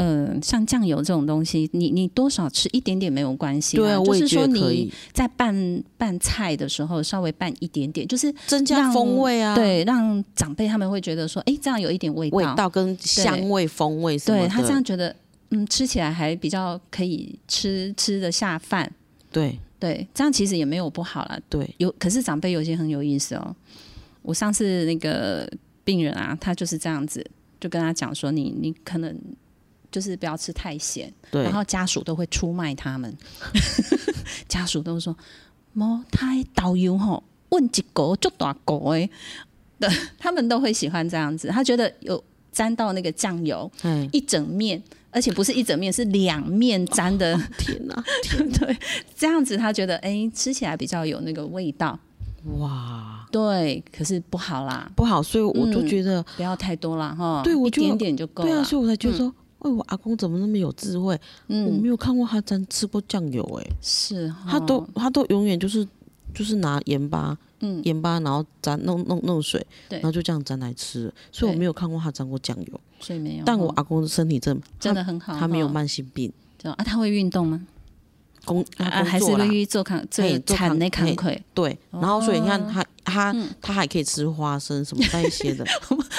A: 嗯，像酱油这种东西，你你多少吃一点点没有关系啦，
B: 对啊，
A: 就
B: 我也
A: 是
B: 觉
A: 说
B: 得可
A: 你
B: 以
A: 在拌拌菜的时候稍微拌一点点，就是
B: 增加
A: 让
B: 风味啊，，
A: 对，让长辈他们会觉得说，哎、这样有一点味道，
B: 味道跟香味、风味什么
A: 对
B: 的。
A: 他这样觉得，嗯，吃起来还比较可以吃吃得下饭，
B: 对
A: 对，这样其实也没有不好啦。
B: 对，
A: 有，可是长辈有些很有意思哦。我上次那个病人啊，他就是这样子，就跟他讲说你，你可能就是不要吃太咸，
B: 对
A: 然后家属都会出卖他们， <laughs> 家属都说，莫太导游吼，问一个就大个诶， <laughs> 对，他们都会喜欢这样子，他觉得有沾到那个酱油
B: 哎，
A: 一整面。而且不是一整面，是两面沾的，
B: 天哪、
A: 对，这样子他觉得哎、吃起来比较有那个味道，
B: 哇，
A: 对，可是不好啦，
B: 不好，所以我就
A: 嗯
B: 觉得。
A: 不要太多啦，哈，
B: 对我
A: 一
B: 就
A: 点点就够
B: 对啊，
A: 了。
B: 所以我才觉得说，哎，我阿公怎么那么有智慧？我没
A: 嗯，
B: 有看过他沾吃过酱油、哎，
A: 是哈，
B: 他都他都永远就是就是拿盐巴，
A: 哦嗯
B: 盐巴然后沾弄弄弄水，
A: 对
B: 然后就这样沾来吃，所以我
A: 对
B: 没有看过他沾过酱油。
A: 所以没有哈，哦嗯
B: 但我阿公的身体真
A: 真的很好哈，
B: 他没有慢性病，
A: 就啊，他会运动吗？
B: 工
A: 啊，
B: 他
A: 还
B: 工
A: 是
B: 作啦
A: 会，去做扛，
B: 嘿
A: 最
B: 做
A: 产
B: 工
A: 那扛
B: 嘿
A: 亏。
B: 对，然后所以你看
A: 哦
B: 他他他还可以吃花生什么那一些的，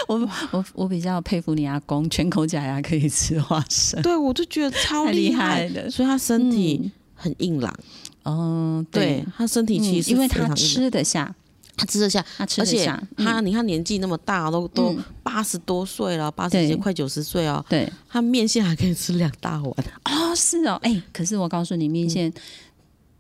A: 我我比较佩服你阿公，全口假牙可以吃花生，
B: 对我就觉得超
A: 太
B: 厉
A: 厉害了
B: 所以他身体很硬朗，
A: 哦，
B: 对，他身体
A: 嗯
B: 其实
A: 因为
B: 非
A: 他
B: 常硬朗
A: 吃得下，
B: 他吃得下，
A: 他吃
B: 而
A: 得
B: 且
A: 下，
B: 他，
A: 嗯
B: 你看年纪那么大，都都
A: 嗯
B: 八十多岁了，八十几
A: 对
B: 快九十岁哦，
A: 对
B: 他面线还可以吃两大碗。
A: 哦，是哦，哎，可是我告诉你，面
B: 嗯
A: 线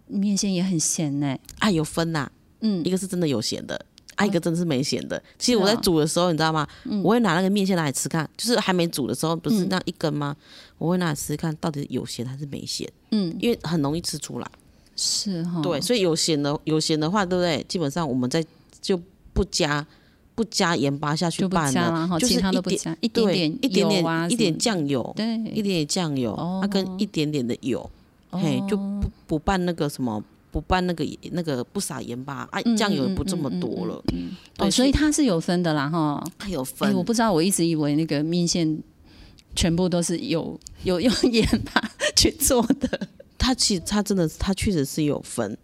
A: 面线也很咸呢，
B: 啊，有分呐、
A: 嗯哦
B: 一，个是真的有咸的，啊，一个真的是没咸的。其实我在
A: 是嗯哦
B: 煮的时候，你知道吗？我会拿那个面线拿来吃看，就是还没煮的时候，
A: 嗯
B: 不是那一根吗？我会拿来吃看到底有咸还是没咸，
A: 嗯，哦
B: 因为很容易吃出来。
A: 是哈，
B: 对，所以有咸的有咸的话，对不对？基本上我们在就不加不加盐巴下去
A: 就不
B: 拌
A: 加
B: 了
A: 了，哈，
B: 就是
A: 其他
B: 一
A: 都不
B: 点
A: 加，一点
B: 对
A: 点
B: 一点
A: 油啊
B: 点一
A: 什
B: 点
A: 么
B: 酱油，
A: 对，
B: 一点点酱油，它、跟一点点的油，嘿，就
A: 哦
B: 不不拌那个什么，不拌那个那个不撒盐巴，啊，
A: 嗯
B: 酱油也
A: 嗯
B: 不
A: 嗯
B: 这么
A: 嗯
B: 多
A: 嗯
B: 了，对
A: 哦，所以它是有分的啦，哈。
B: 它有
A: 哎、
B: 分，
A: 我不知道，我一直以为那个面线全部都是有 <laughs> 有用盐巴去做的。
B: 它其实它真的它确实是有分，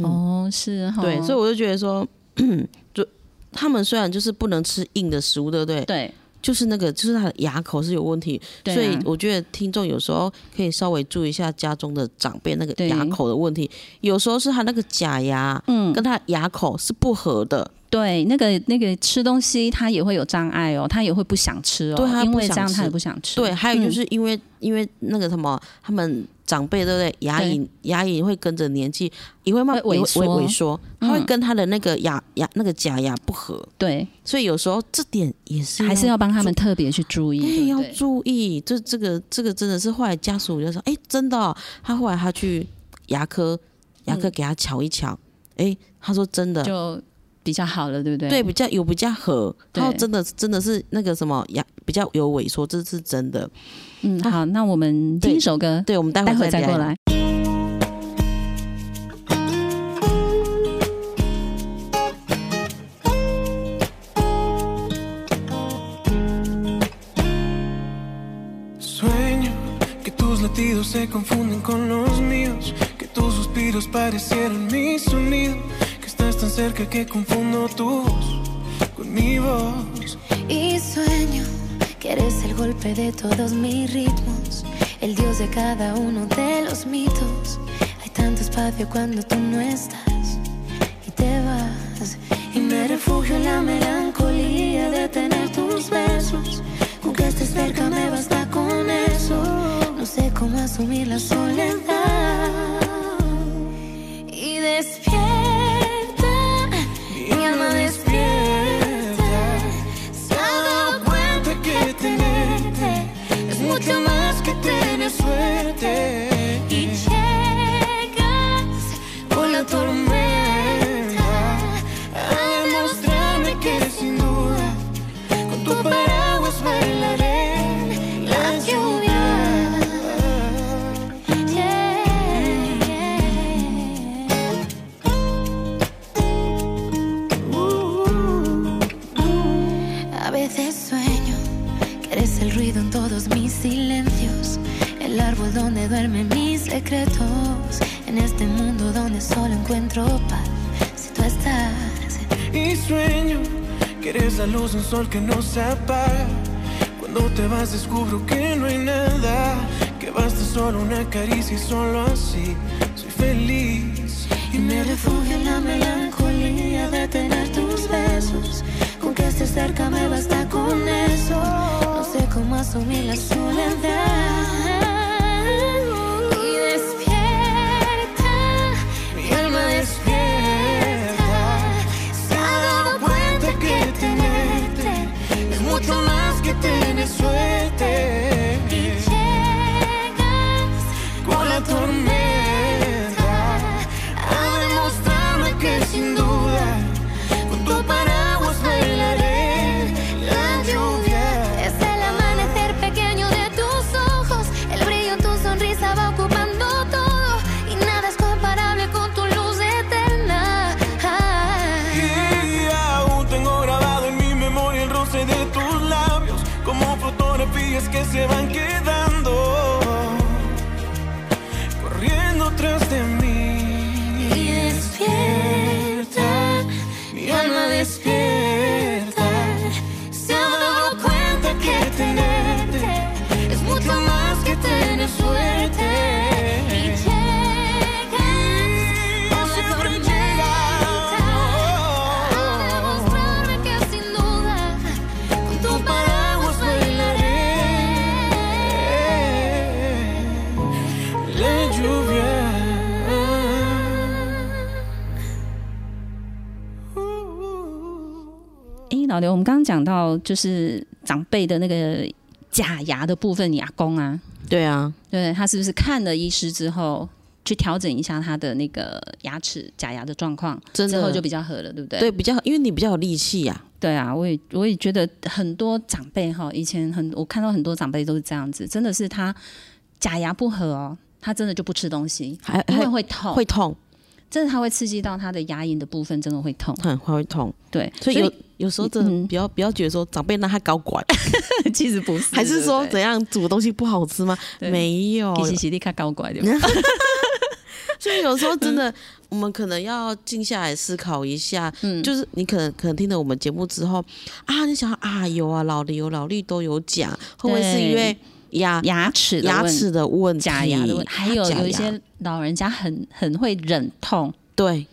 A: 哦，是哈。
B: 嗯对，所以我就觉得说， <clears throat> 就他们虽然就是不能吃硬的食物，对不对？
A: 对
B: 就是那个就是他的牙口是有问题，
A: 对啊
B: 所以我觉得听众有时候可以稍微注意一下家中的长辈那个
A: 对
B: 牙口的问题，有时候是他那个假牙，
A: 嗯
B: 跟他牙口是不合的，
A: 对，那个那个吃东西他也会有障碍哦，他也会不想吃哦，
B: 对他
A: 因
B: 不
A: 为这
B: 想
A: 样
B: 吃
A: 他也不想吃。嗯
B: 对，还有就是因为、因为那个什么，他们长辈对不对？牙龈牙龈会跟着年纪也会慢
A: 会萎
B: 也会
A: 缩嗯
B: 萎缩，它会跟他的那个牙牙那个假牙不合，
A: 对，
B: 所以有时候这点也是
A: 还是要帮他们特别去注意，
B: 哎
A: 对
B: 要
A: 不对？
B: 注意，这这个这个真的是后来家啊
A: 嗯
B: 属就说，哎，真的哦、他后来他去牙科牙科给他瞧一瞧，哎，他说真的，
A: 就比较好了，对不对？
B: 对，比较有比较合，
A: 对
B: 然后真的真的是那个什么呀，比较有萎缩，这是真的。
A: 嗯，好，那我们听一首歌，
B: 对，我们待
A: 待
B: 会
A: 会
B: 儿
A: 再
B: 再
A: 过
B: 聊。
A: 来。
C: Sueño que tus latidos se confunden con los míos, que tus suspiros parecieron mi sonido, que estás tan cerca que confundo tu voz con mi voz.
D: Y sueño que eres el golpe de todos mis ritmos, el dios de cada uno de los mitos. Hay tanto espacio cuando tú no estás y te vas. Y me refugio en la melancolía de tener tus besos. Con que estés cerca me basta con eso. No sé cómo asumir la soledad. Y despierta, mi alma despierta. Se ha dado cuenta que tenerte es mucho más que tener suerte. Y llegas con la tormenta a demostrarme que sin duda con tu paraguas bailaré en la lluvia. Yeah, yeah. A veces sueño que eres el ruido en todos mis silencios, el árbol donde duermen mis secretos, en este mundo donde solo encuentro paz. Si tú estás,
C: Y sueño que eres la luz, un sol que no se apaga. Cuando te vas descubro que no hay nada, que basta solo una caricia y solo así soy feliz.
D: y me refugio en la melancolía de tener tus besos. Con que estés cerca me basta con eso. No sé cómo asumir la soledad. Y despierta, mi alma despierta. Se ha dado cuenta que tenerte es mucho más que tener suerte. Y llegas con la tormenta a demostrarme que sin duda con tu paraguas bailaré la lluvia. Es el amanecer pequeño de tus ojos, el brillo en tu sonrisa va ocupando todo y nada es comparable con tu luz eterna.
C: Y aún tengo grabado en mi memoria el roce de tus labios, como fotografías que se van quedando, corriendo tras de mí.
D: Y despierta, mi alma despierta. Se ha dado cuenta que tenerte es mucho más que tener suerte. Y llegas con la tormenta a demostrarme que sin duda con tu paraguas bailaré.
C: La lluvia.
A: 诶，哎老刘，我们刚刚讲到就是长辈的那个假牙的部分，你阿公啊，
B: 对啊，
A: 对他是不是看了医师之后去调整一下他的那个牙齿假牙的状况，
B: 真
A: 之
B: 的
A: 后就比较合了，对不对？
B: 对比较，因为你比较有力气呀、
A: 对啊，我也我也觉得很多长辈哈，以前很我看到很多长辈都是这样子，真的是他假牙不合哦，他真的就不吃东西，
B: 还
A: 因
B: <laughs>
A: 为
B: 还
A: 会痛，
B: 会痛，
A: 真的他会刺激到他的牙龈的部分，真的会痛。
B: 很会痛，
A: 对，
B: 所以有有时候真
A: 嗯
B: 的不要不要觉得说长辈让他
A: <laughs>
B: 搞管，
A: 其实不是，
B: 还是说
A: 对不
B: 怎
A: 对
B: 样煮的东西不好吃吗？
A: 对
B: 没有，
A: 其实是你较搞怪对
B: 嗯
A: 吧？
B: 所以有时候真的，我们可能要静下来思考一下。
A: 嗯
B: 就是你可能可能听了我们节目之后啊，你想啊有啊老刘老绿都有讲，会不会是因为牙
A: 牙齿的
B: 牙
A: 问
B: 齿的问题，
A: 假牙的问题，还有
B: 假牙
A: 有一些老人家很很会忍痛，
B: 对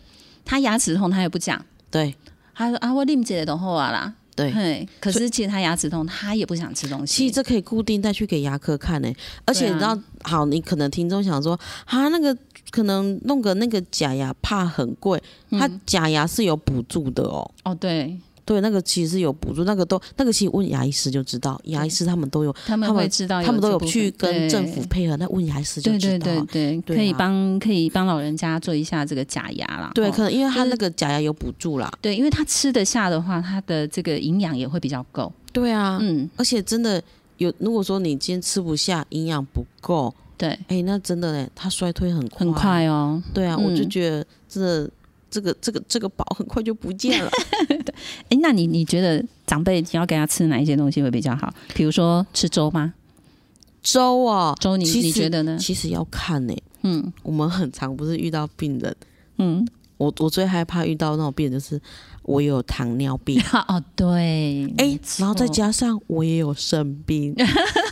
A: 他牙齿痛他也不讲，
B: 对
A: 他说啊我啉姐的后啊啦，
B: 对。
A: 嘿，可是其实他牙齿痛，他也不想吃东西。
B: 其实这可以固定带去给牙科看呢、而且
A: 对啊
B: 你知道，好，你可能听众想说，啊，那个可能弄个那个假牙怕很贵，它假牙是有补助的哦，
A: 嗯哦对
B: 对，那个其实是有补助，那个都那个其实问牙医师就知道，牙医师他们都有，
A: 他们
B: 他们
A: 会知哦道这
B: 他
A: 部
B: 们
A: 分，
B: 都有去跟政府
A: 对
B: 配合，那问牙医师就
A: 对
B: 知
A: 对
B: 道。
A: 对对，
B: 对
A: 可以
B: 啊
A: 帮可以帮老人家做一下这个假牙啦。
B: 对
A: 哦
B: 可能因为他
A: 就是
B: 那个假牙有补助啦。
A: 对，因为他吃得下的话，他的这个营养也会比较够。
B: 对啊，
A: 嗯，
B: 而且真的有，如果说你今天吃不下，营养不够，
A: 对，
B: 哎、那真的嘞，它衰退很快，
A: 很快哦。
B: 对啊，我就
A: 嗯
B: 觉得真的这个这个这个宝很快就不见了。 <laughs>
A: 哎，那你你觉得长辈你要给他吃哪一些东西会比较好？比如说吃粥吗？
B: 粥啊，
A: 粥你
B: 其实
A: 你觉得呢？
B: 其实要看呢、
A: 嗯
B: 我们很常不是遇到病人，
A: 嗯，，
B: 我我最害怕遇到那种病人就是我有糖尿病
A: <laughs> 哦对，
B: 哎
A: 没，
B: 然后再
A: 错
B: 加上我也有肾
A: <laughs>
B: 病，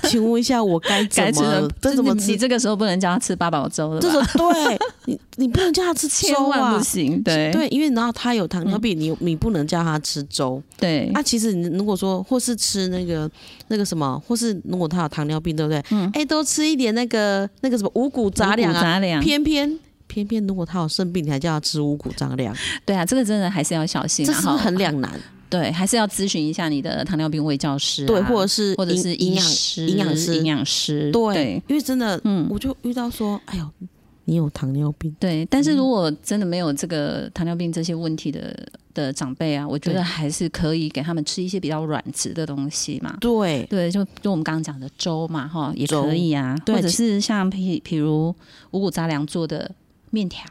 B: 请问一下我该怎
A: 该吃
B: 么
A: 的
B: 这怎么
A: 你
B: 吃？
A: 这个时候不能叫他吃八宝粥了
B: 这
A: 吧？
B: 种对你你不能叫他吃
A: 千
B: 粥
A: 万
B: 啊
A: 不。行，嗯对
B: 对，因为然后他有糖尿病，你你不能叫他吃粥。
A: 对
B: 啊，其实你如果说或是吃那个那个什么，或是如果他有糖尿病，对不对？
A: 嗯
B: 哎，多吃一点那个那个什么五谷杂粮
A: 五谷
B: 啊，
A: 杂粮，
B: 偏偏偏偏如果他有肾病，你还叫他吃五谷杂粮，
A: 对啊，这个真的还是要小心
B: 这
A: 啊，
B: 是不是
A: 哈
B: 很两难？
A: 对，还是要咨询一下你的糖尿病卫教师啊、
B: 对，或者是
A: 或者
B: 营
A: 是
B: 营
A: 医
B: 养
A: 师、
B: 营养师
A: 营养师，
B: 对，
A: 对
B: 因为真的，
A: 嗯
B: 我就遇到说，哎呦，你有糖尿病，
A: 对但
B: 嗯
A: 是如果真的没有这个糖尿病这些问题的的长辈啊，我觉
B: 对
A: 得还是可以给他们吃一些比较软质的东西嘛。
B: 对
A: 对，就就我们刚刚讲的粥嘛，哈，也
B: 粥
A: 可以啊，
B: 对
A: 或者
B: 其
A: 是像譬譬如五谷杂粮做的面条，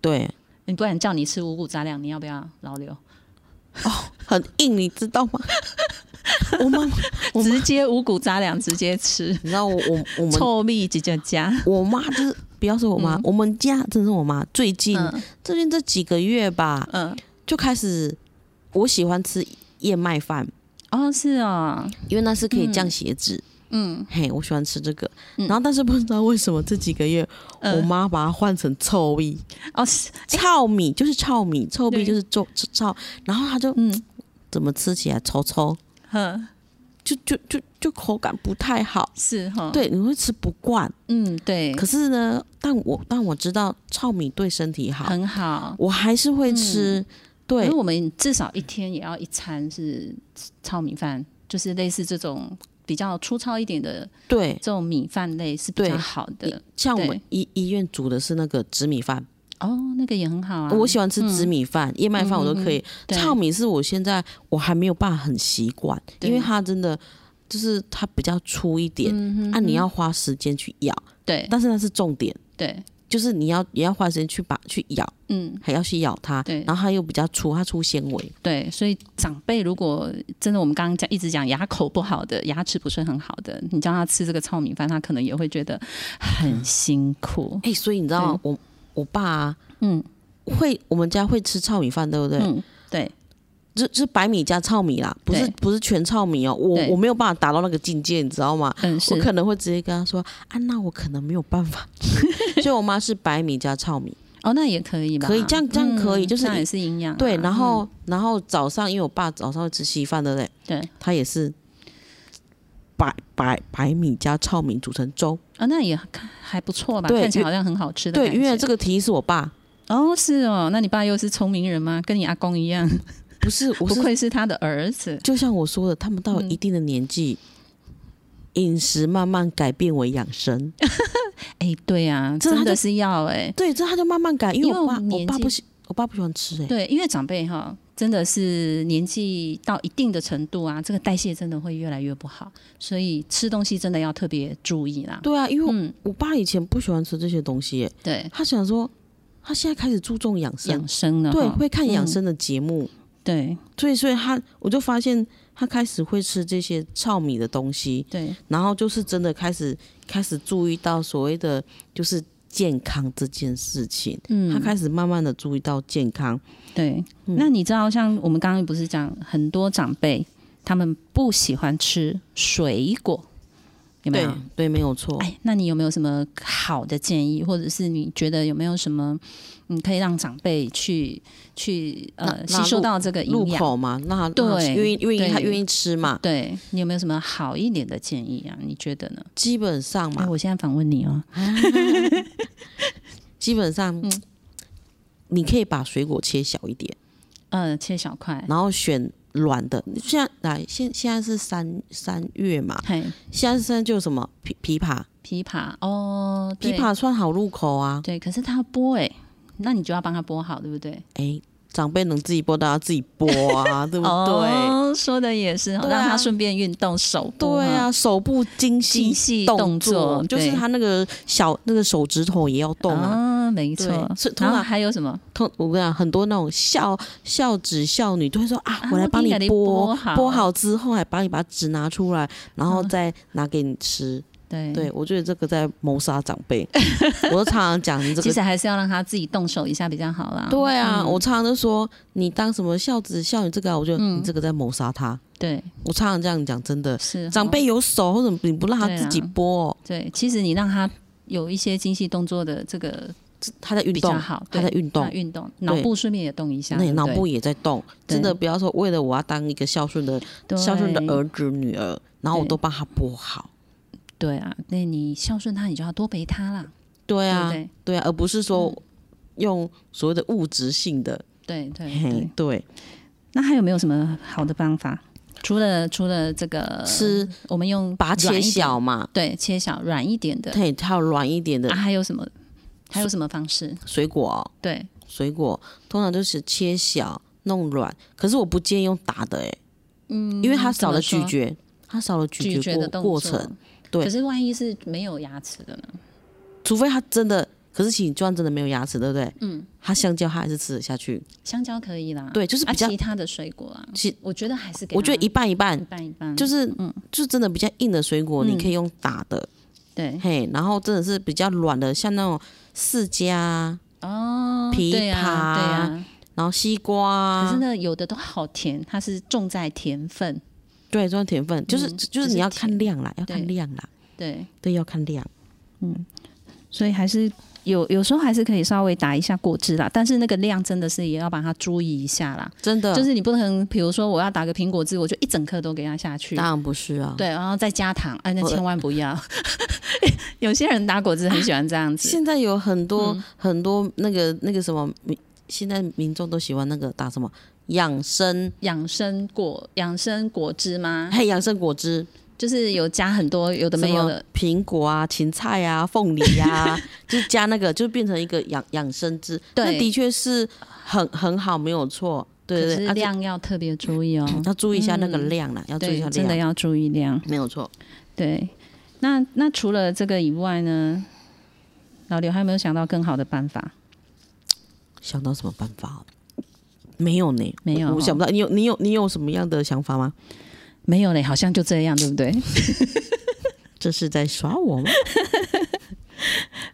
B: 对，
A: 你不然叫你吃五谷杂粮，你要不要老刘？
B: 很硬，你知道吗？我妈，我妈
A: 直接五谷杂粮直接吃，
B: 你知道我我 <laughs> 我们
A: 臭蜜直接加。
B: 我妈就是。不要说我妈，
A: 嗯
B: 我们家真的是我妈。最近、
A: 嗯
B: 最近这几个月吧，
A: 嗯，
B: 就开始我喜欢吃燕麦饭，
A: 哦，是哦，
B: 因为那是可以降
A: 嗯
B: 血脂。
A: 嗯。
B: 嘿，我喜欢吃这个。
A: 嗯
B: 然后但是不知道为什么这几个月，
A: 嗯
B: 我妈把它换成臭米，
A: 哦，是，
B: 糙米就是糙米，臭米
A: 对
B: 就是臭糙，然后它就
A: 嗯，
B: 怎么吃起来稠稠，
A: 呵，
B: 就就就就口感不太好。
A: 是哈，，
B: 对，你会吃不惯。
A: 嗯，对，
B: 可是呢，但我但我知道糙米对身体好，
A: 很好。
B: 我还是会吃。
A: 因
B: 对
A: 为我们至少一天也要一餐是糙米饭，就是类似这种比较粗糙一点的
B: 对，
A: 这种米饭类是比
B: 对
A: 较好的。
B: 像我们
A: 对
B: 医医院煮的是那个紫米饭，
A: 哦，那个也很好啊。
B: 我喜欢吃紫米饭、燕麦饭我都可以。
A: 对
B: 糙米是我现在我还没有办法很习惯，
A: 对
B: 因为它真的就是它比较粗一点，
A: 嗯哼
B: 啊，你
A: 哼
B: 要花时间去咬，
A: 对
B: 但是那是重点，
A: 对，
B: 就是你要也要花时间去把去咬，
A: 嗯
B: 还要去咬它，
A: 对
B: 然后它又比较粗，它粗纤维，
A: 对，所以长辈如果真的我们刚刚讲一直讲牙口不好的，牙齿不是很好的，你叫他吃这个糙米饭，他可能也会觉得很辛苦。
B: 哎、所以你知道我我爸、啊、
A: 嗯
B: 会我们家会吃糙米饭，对不对？
A: 嗯，对，
B: 就就是白米加糙米啦，不是
A: 对
B: 不是全糙米哦，我
A: 对
B: 我没有办法达到那个境界，你知道吗？
A: 嗯是
B: 我，可能会直接跟他说啊，那我可能没有办法吃， <laughs> 所以我妈是白米加糙米，
A: 哦，那也可以吧？
B: 可以这样这样可以就是
A: 这样也是营养啊、
B: 对，然后、
A: 嗯
B: 然后早上因为我爸早上会吃稀饭，对不对？
A: 对，
B: 他也是白白白米加糙米煮成粥，
A: 啊、那也看还不错吧？
B: 对
A: 看起
B: 因为
A: 来好像很好吃的
B: 对，
A: 感觉。
B: 因为这个提议是我爸，
A: 哦，是哦，那你爸又是聪明人吗？跟你阿公一样，
B: 不是我
A: 不
B: 是
A: 愧嗯是他的儿子。
B: 就像我说的，他们到了一定的年纪。饮食慢慢改变为养生，
A: 哎，对啊，
B: 这他
A: 真
B: 就
A: 的是要哎、
B: 对，这他就慢慢改，因为
A: 因为
B: 我爸
A: 我们
B: 我
A: 年纪
B: 爸不喜我爸不喜欢吃哎、欸，
A: 对，啊因为长辈哈，真的是年纪到一定的程度啊，这个代谢真的会越来越不好，所以吃东西真的要特别注意啦。
B: 对啊，因为我
A: 嗯，
B: 我爸以前不喜欢吃这些东西、欸，
A: 对，
B: 他想说他现在开始注重养生
A: 养，生呢，
B: 对，
A: 哈
B: 会看养
A: 嗯
B: 生的节目，
A: 对
B: 所以所以他我就发现他开始会吃这些糙米的东西，
A: 对
B: 然后就是真的开始开始注意到所谓的就是健康这件事情，
A: 嗯
B: 他开始慢慢的注意到健康，
A: 对，
B: 嗯
A: 那你知道，像我们刚刚不是讲很多长辈他们不喜欢吃水果，有没
B: 对
A: 有？
B: 对，没有错。
A: 哎，那你有没有什么好的建议，或者是你觉得有没有什么，嗯，可以让长辈去去
B: 那
A: 呃
B: 那
A: 吸收
B: 入
A: 到这个营
B: 入
A: 养？
B: 口嘛，那他
A: 对
B: 那他愿意愿意
A: 对
B: 他愿意吃嘛，
A: 对你有没有什么好一点的建议啊？你觉得呢？
B: 基本上
A: 哎，
B: 嘛，
A: 我现在访问你哦，
B: 基本上、
A: 嗯
B: 你可以把水果切小一点，
A: 呃，切小块，
B: 然后选软的。现在来，现现在是三三月嘛，
A: 嘿，
B: 现在现在就有什么枇枇杷，
A: 枇杷哦，对
B: 枇杷算好入口啊。
A: 对，可是它要剥哎、那你就要帮它剥好，对不对？
B: 哎，长辈能自己剥，大家自己剥
A: <laughs>
B: 啊，对不对？
A: 哦，说的也是，
B: 对啊
A: 让它顺便运动手部。
B: 对啊，，手部精
A: 精细
B: 动
A: 动作
B: 就是
A: 对
B: 他那个小那个手指头也要动啊。
A: 啊，没错
B: 对是。通
A: 然后
B: 常
A: 还有什么？
B: 通我跟你讲，很多那种孝孝子孝女都会说啊
A: 啊，
B: 我来
A: 我
B: 帮
A: 给
B: 你
A: 你
B: 剥，
A: 剥好嗯
B: 剥好之后还帮你把纸拿出来，然后再拿给你吃。
A: 对
B: 对，我觉得这个在谋杀长
A: <laughs>
B: 辈，我都常常讲你这
A: 其
B: 个
A: 实。还是要让他自己动手一下比较好啦。
B: 对啊，
A: 嗯
B: 我常常都说你当什么孝子孝女这个啊，我觉得
A: 嗯
B: 你这个在谋杀他。
A: 对
B: 我常常这样讲，真的，
A: 是
B: 长
A: 哦
B: 辈有手或者你不让他
A: 对啊
B: 自己剥哦，
A: 对，其实你让他有一些精细动作的这个
B: 他在运
A: 比
B: 动
A: 较，好，
B: 他在运动
A: 他，运动，脑部顺便也动一下，
B: 那
A: 对
B: 你
A: 不
B: 脑
A: 对
B: 部也在动，
A: 对
B: 真的不要说为了我要当一个孝顺的
A: 对
B: 孝顺的儿子女儿，然后我都帮他剥好。
A: 对啊，那你孝顺他，你就要多陪他啦，
B: 对
A: 对不
B: 啊，
A: 对？嗯
B: 对啊，而不是说用所谓的物质性的，
A: 对对嗯
B: 嘿
A: 对，。
B: 对，
A: 那还有没有什么好的办法？除了除了这个
B: 吃，
A: 我们用
B: 把它
A: 软
B: 切
A: 一点
B: 小，嘛，
A: 对，切小软一点的
B: 对，还有软一点的
A: 啊，还有什么？还有什么方式？
B: 水果哦，
A: 对，
B: 水果通常就是切小弄软，可是我不建议用打的，哎，
A: 嗯，
B: 因为它
A: 怎么
B: 少了
A: 说
B: 咀嚼，它少了咀
A: 咀嚼
B: 嚼
A: 的
B: 过
A: 动
B: 过
A: 作
B: 程，对
A: 可是万一是没有牙齿的呢？
B: 除非它真的。可是，请就算真的没有牙齿，对不对？嗯，它香蕉它还是吃得下去。
A: 香蕉可以啦，
B: 对就是比
A: 啊
B: 较
A: 其他的水果啊，
B: 其
A: 我觉得还是给
B: 我觉得
A: 它
B: 一半一半
A: 一，半一半，
B: 就是
A: 嗯
B: 就真的比较硬的水果，
A: 嗯
B: 你可以用打的，
A: 对
B: 嘿，然后真的是比较软的，像那种释迦啊，
A: 哦，
B: 枇
A: 对啊对啊
B: 然后西瓜
A: 可是
B: 啊，
A: 呢，有的都好甜，它是重在甜分，
B: 对，这种甜分，就是就是
A: 嗯就是
B: 你要看
A: 甜
B: 量啦，要
A: 对
B: 看量啦，
A: 对，
B: 对，要看量。
A: 嗯所以还是有有时候还是可以稍微打一下果汁啦，但是那个量真的是也要把它注意一下啦。
B: 真的，
A: 就是你不能，比如说我要打个苹果汁，我就一整颗都给它下去，
B: 当然不是啊，
A: 对，然后再加糖，哎、那
B: 我
A: 千万不要。 <laughs> 有些人打果汁很喜欢这样子，
B: 现在有很多、
A: 嗯
B: 很多那个那个什么，民现在民众都喜欢那个打什么养生，
A: 养生果养生果汁吗？
B: 还有养生果汁，
A: 就是有加很多有的
B: 什
A: 没有
B: 么
A: 的，
B: 苹果啊、芹菜啊、凤梨
A: <laughs>
B: 啊，就是加那个，就变成一个养养生汁。
A: 对
B: 那的确是很很好，没有错。对
A: 可
B: 对对，
A: 是
B: 而且
A: 量要特别注意哦。
B: 要注意一下那个
A: 嗯
B: 量啦，要注意一
A: 对
B: 下，
A: 真的
B: 量，
A: 要注意量。
B: 没有错。
A: 对，那那除了这个以外呢，老刘还有没有想到更好的办法？
B: 想到什么办法哦？没有呢，
A: 没有
B: 我我
A: 哦
B: 想不到。你有你有你有什么样的想法吗？
A: 没有嘞，好像就这样，对不对？
B: 这是在耍我吗？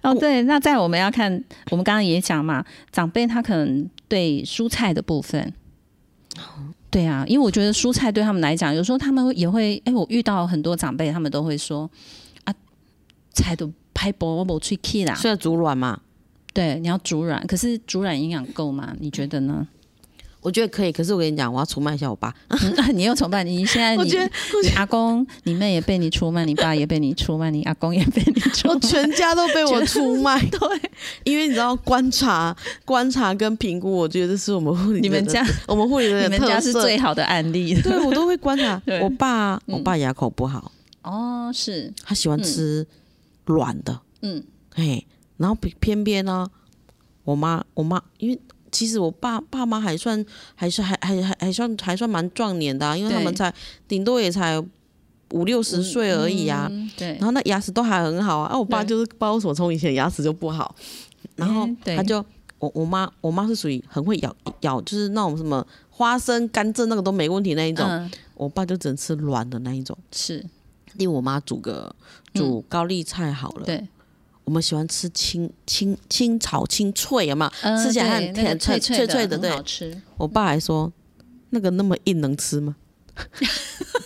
A: 哦，对，那在我们要看，我们刚刚也讲嘛，长辈他可能对蔬菜的部分，
B: 哦
A: 对啊，因为我觉得蔬菜对他们来讲，有时候他们也会，哎，我遇到很多长辈，他们都会说啊，菜都拍薄，我没去 k 啦，
B: 虽然煮软嘛，
A: 对，你要煮软，可是煮软营养够吗？你觉得呢？ <laughs>
B: 我觉得可以。可是我跟你讲，我要出卖一下我爸。
A: 嗯你又崇拜你现在
B: 我
A: 你
B: 觉得
A: 你阿公、你妹也被你出卖，你爸也被你出卖，你阿公也被你出卖
B: 我。全家都被我出 <laughs> 卖，
A: 对，
B: 因为你知道观察、观察跟评估，我觉得这是我们护理
A: 你们
B: 人的
A: 家
B: 我们护理人
A: 你
B: 的
A: 们
B: 特
A: 家是
B: 色
A: 最好的案例
B: 对我都会观
A: <laughs>
B: 察
A: 对
B: 我爸，我
A: 嗯
B: 爸牙口不好，
A: 哦，是，
B: 他喜欢吃软的，
A: 嗯，
B: 嘿，然后偏偏偏呢，我妈我妈因为。其实我爸爸妈还算还是还还还还算还算蛮壮年的、啊，因为他们
A: 对
B: 才顶多也才五六十岁而已啊，
A: 嗯对
B: 然，后那牙齿都还很好啊。啊，我爸
A: 对
B: 就是不知道为什么从以前牙齿就不好，然后
A: 嗯对
B: 他就我我妈我妈是属于很会咬咬，就是那种什么花生、甘蔗那个都没问题那一种，
A: 嗯，
B: 我爸就只能吃软的那一种。
A: 是
B: 令我妈煮个煮高丽菜好了，
A: 嗯对，
B: 我们喜欢吃清清清炒清脆，有没有？
A: 嗯
B: 吃起来
A: 对
B: 很
A: 那
B: 甜
A: 个脆
B: 脆脆
A: 脆
B: 的
A: 很
B: 对
A: 好吃。
B: 我爸还说那个那么硬能吃吗？ <laughs>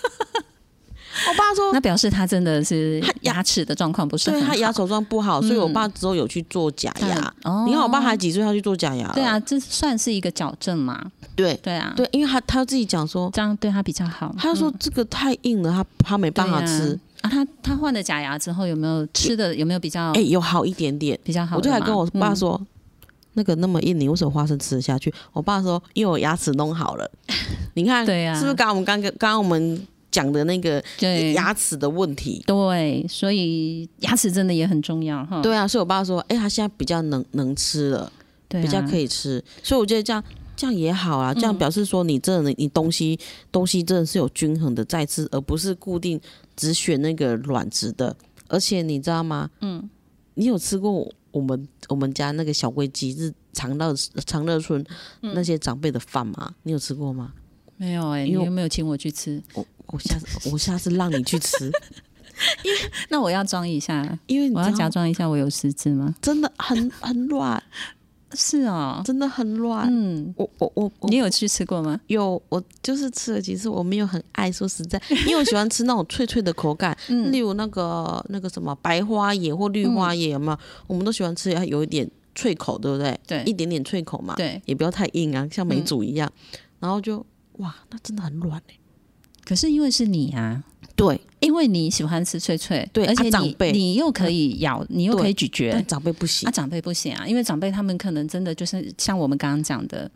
B: 我爸说
A: 那，表示他真的是
B: 他牙
A: 牙齿的状况不是
B: 对
A: 很好，
B: 他牙口状不好，所以我
A: 嗯
B: 爸之后有去做假
A: 他
B: 牙。
A: 哦，
B: 你看我爸还几岁，他去做假牙？
A: 对啊，，这算是一个矫正嘛？
B: 对
A: 对啊，，
B: 对，因为他他自己讲说，
A: 这样对他比较好。
B: 他说这个太硬了，他他没办法吃
A: 嗯对。啊，啊他他换了假牙之后有没有吃的有没有比较
B: 哎，有好一点点，
A: 哦比较好
B: 我
A: 的
B: 就
A: 吗？
B: 还跟我爸
A: 嗯
B: 说，那个那么硬，你为什么花生吃得下去？我爸说，因为我牙齿弄好了。你
A: <laughs>
B: 看，
A: 对啊
B: 是不是刚刚我们刚刚刚刚我们讲的那个
A: 对
B: 牙齿的问题？
A: 对，所以牙齿真的也很重要哈。
B: 对啊，所以我爸说，哎、他现在比较能能吃了，
A: 对啊，嗯
B: 比较可以吃，所以我觉得这样这样也好啊，这样表示说你真的你东西东西真的是有均衡的在吃，而不是固定只选那个软质的。而且你知道吗？嗯，你有吃过我们我们家那个小龟鸡是长乐长乐村
A: 嗯
B: 那些长辈的饭吗？你有吃过吗？
A: 没有哎、你
B: 因为
A: 有没有请我去
B: <laughs>
A: 吃？
B: 我我下次我下次让你
A: <laughs>
B: 去吃，
A: 那我要装一下，
B: 因为你
A: 我要
B: 知
A: 假
B: 道
A: 装一下我有失智吗？
B: 真的很很软，
A: 是哦，
B: 真的很软。
A: 嗯，
B: 我我我啊我
A: 你有去吃过吗？
B: 有，我就是吃了几次，我没有很爱，说实在，因为我喜欢吃那种脆脆的
A: <laughs>
B: 口感，嗯
A: 嗯
B: 例如那个那个什么白花椰或绿花椰，有没有？我们都喜欢吃，它有一点脆口，对不对？
A: 对
B: 一点点脆口嘛，
A: 对，嗯
B: 也不要太硬啊，像梅煮一样。然后就哇，那真的很软哎、
A: 可是因为是你啊，
B: 对，
A: 因为你喜欢吃脆脆，
B: 对
A: 而且
B: 啊长
A: 你、
B: 辈嗯
A: 你又可以咬，你又
B: 对
A: 可以咀嚼
B: 但，长辈不行
A: 啊，，长辈不行啊，因为长辈他们可能真的就是像我们刚刚讲的，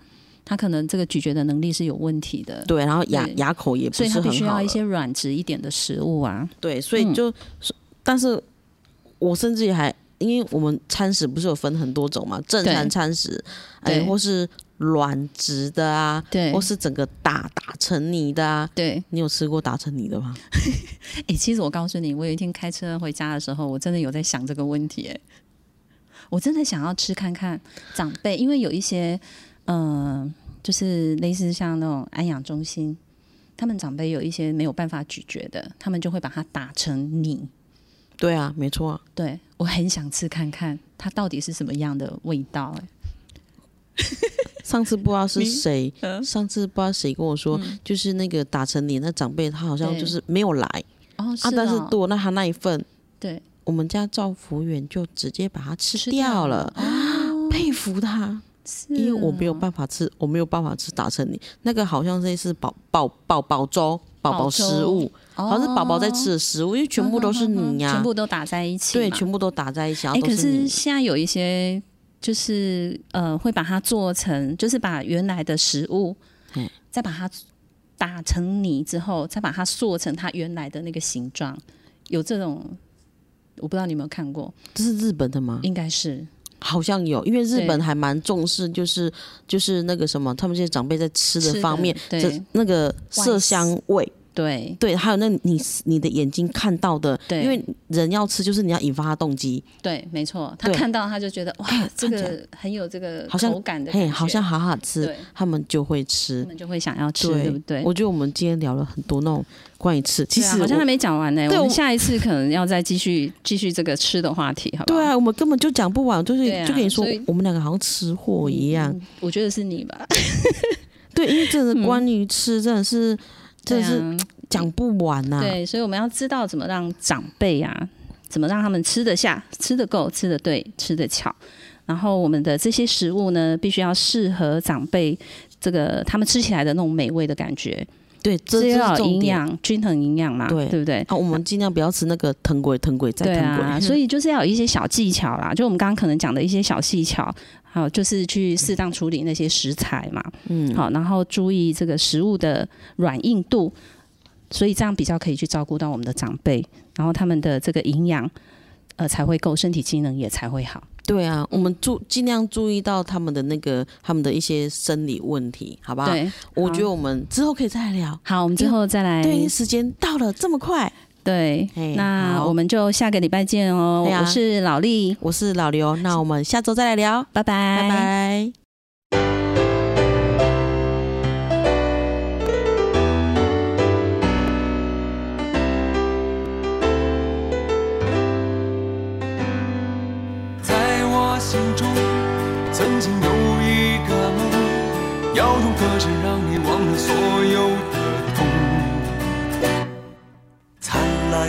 A: 他可能这个咀嚼的能力是有问题的，
B: 对，然后牙
A: 对
B: 牙口也不
A: 所
B: 是
A: 以他
B: 很
A: 必须
B: 好
A: 要
B: 了
A: 一些软质一点的食物啊。
B: 对，所以
A: 嗯
B: 就，是但是我甚至于还，因为我们餐食不是有分很多种嘛，正常
A: 对
B: 餐食，哎，
A: 对
B: 或是软质的啊，
A: 对
B: 或是整个打打成泥的啊。
A: 对，
B: 你有吃过打成泥的吗？
A: 哎、其实我告诉你，我有一天开车回家的时候，我真的有在想这个问题、诶我真的想要吃看看长辈，因为有一些，嗯、就是类似像那种安养中心，他们长辈有一些没有办法咀嚼的，他们就会把它打成泥。
B: 对啊，没错啊。
A: 对我很想吃看看它到底是什么样的味道、诶
B: 上次不知道是谁，上次不知道谁跟我说，就是那个打成泥那长辈，他好像
A: 对
B: 就是没有来
A: 哦，
B: 啊，但是
A: 哦
B: 多那他那一份，
A: 对
B: 我们家赵服务员就直接把它吃掉了，哦 <gasps> 佩服他。
A: 是
B: 因为我没有
A: 哦
B: 办法吃，我没有办法吃打成泥，那个好像是是宝宝宝宝粥、宝宝
A: 宝
B: 食
A: 粥哦嗯
B: 物，好像是宝宝在吃的食物，因为全部都是泥呀、
A: 全部都打在一起嘛，
B: 对，全部都打在一起，然
A: 哎，
B: 后都
A: 可
B: 是
A: 是
B: 泥。
A: 现在有一些就是呃，会把它做成，就是把原来的食物
B: 嗯，
A: 再把它打成泥之后，再把它塑成它原来的那个形状。有这种，我不知道你有没有看过，
B: 这是日本的吗？
A: 应该是
B: 好像有，因为日
A: 对
B: 本还蛮重视，就是就是那个什么，他们这些长辈在吃
A: 吃
B: 的
A: 的
B: 方面，
A: 对
B: 这那个色香味，
A: 对
B: 对，还有那你你的眼睛看到的，
A: 对
B: 因为人要吃就是你要引发他动机，
A: 对，没错。他
B: 对
A: 看到他就觉得哇
B: 哎，
A: 这
B: 看
A: 个很有这个
B: 好像
A: 口感的感
B: 嘿，
A: 觉
B: 好像好好吃
A: 对，
B: 他们就会吃
A: 他。们就会想要吃，
B: 对
A: 对不对？
B: 我觉得我们今天聊了很多那种关于吃，其
A: 对啊
B: 实
A: 好像
B: 我
A: 还没讲完呢、
B: 对
A: 我们
B: 我
A: 下一次可能要再继续继续这个吃的话题，好不好？
B: 对啊，我们根本就讲不完，就是、
A: 对啊
B: 就跟你说
A: 所以，嗯
B: 我们两个好像吃货一样。
A: 我觉得是你吧，
B: 对，因为真的关于吃，真的是、真
A: 嗯对
B: 的是啊
A: 啊
B: 讲不完呐、
A: 对，所以我们要知道怎么让长辈啊，怎么让他们吃得下、吃得够、吃得对、吃得巧。然后我们的这些食物呢，必须要适合长辈这个他们吃起来的那种美味的感觉，
B: 对，这
A: 所以
B: 这
A: 要
B: 是
A: 有
B: 重
A: 营
B: 点。
A: 养、均衡营养嘛，
B: 对
A: 不对？
B: 啊，我们尽量不要吃那个藤鬼、藤鬼再
A: 对
B: 藤鬼。 <laughs>
A: 啊，所以就是要有一些小技巧啦，就我们刚刚可能讲的一些小技巧，还有就是去适当处理那些食材嘛，
B: 嗯，
A: 好，然后注意这个食物的软硬度，所以这样比较可以去照顾到我们的长辈，然后他们的这个营养，呃，才会够，身体机能也才会好。
B: 对啊，我们注尽量注意到他们的那个他们的一些生理问题，好不好？
A: 对，
B: 我
A: 好哎
B: 觉得我们之后可以再来聊。
A: 好，我们之后再来。
B: 对，时间到了这么快，
A: 对
B: 嘿
A: 那
B: 好
A: 我们就下个礼拜见哦。
B: 对啊
A: 我是老丽，
B: 我是老刘，那我们下周再来聊，
A: 拜拜，
B: 拜拜
D: 在我心中，曾经有一个梦，要用歌声让你忘了所有的痛。灿烂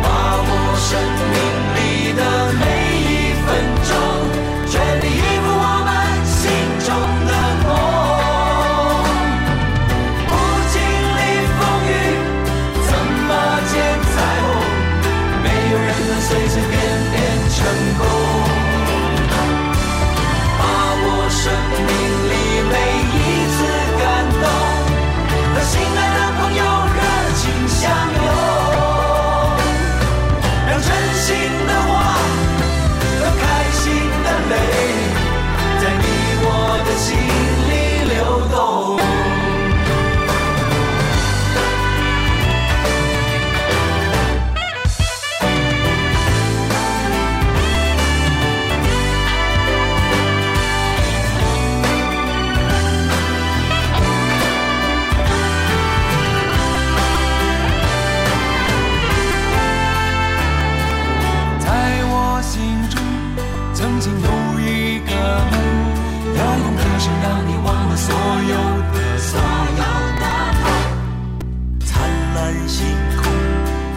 E: 把握生命里的每一分钟，全力以赴我们心中的梦。不经历风雨，怎么见彩虹？没有人能随随便便成功。把握生命里每一次感动，和心爱的朋友热情相拥，让真心的话和开心的泪，在你我的心里流动。
C: 在我心中，曾经有一个梦，摇动的心让你忘了所有的所有的灿烂星空，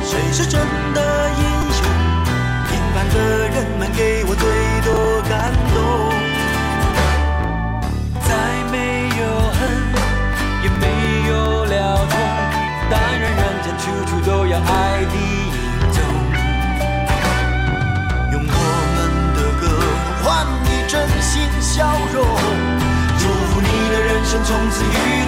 C: 谁是真的英雄？平凡的人们给我最多感动。再没有恨，也没有了痛，但愿人间处处都有爱的影踪。
E: 用我们的歌换你真心笑容，祝福你的人生从此与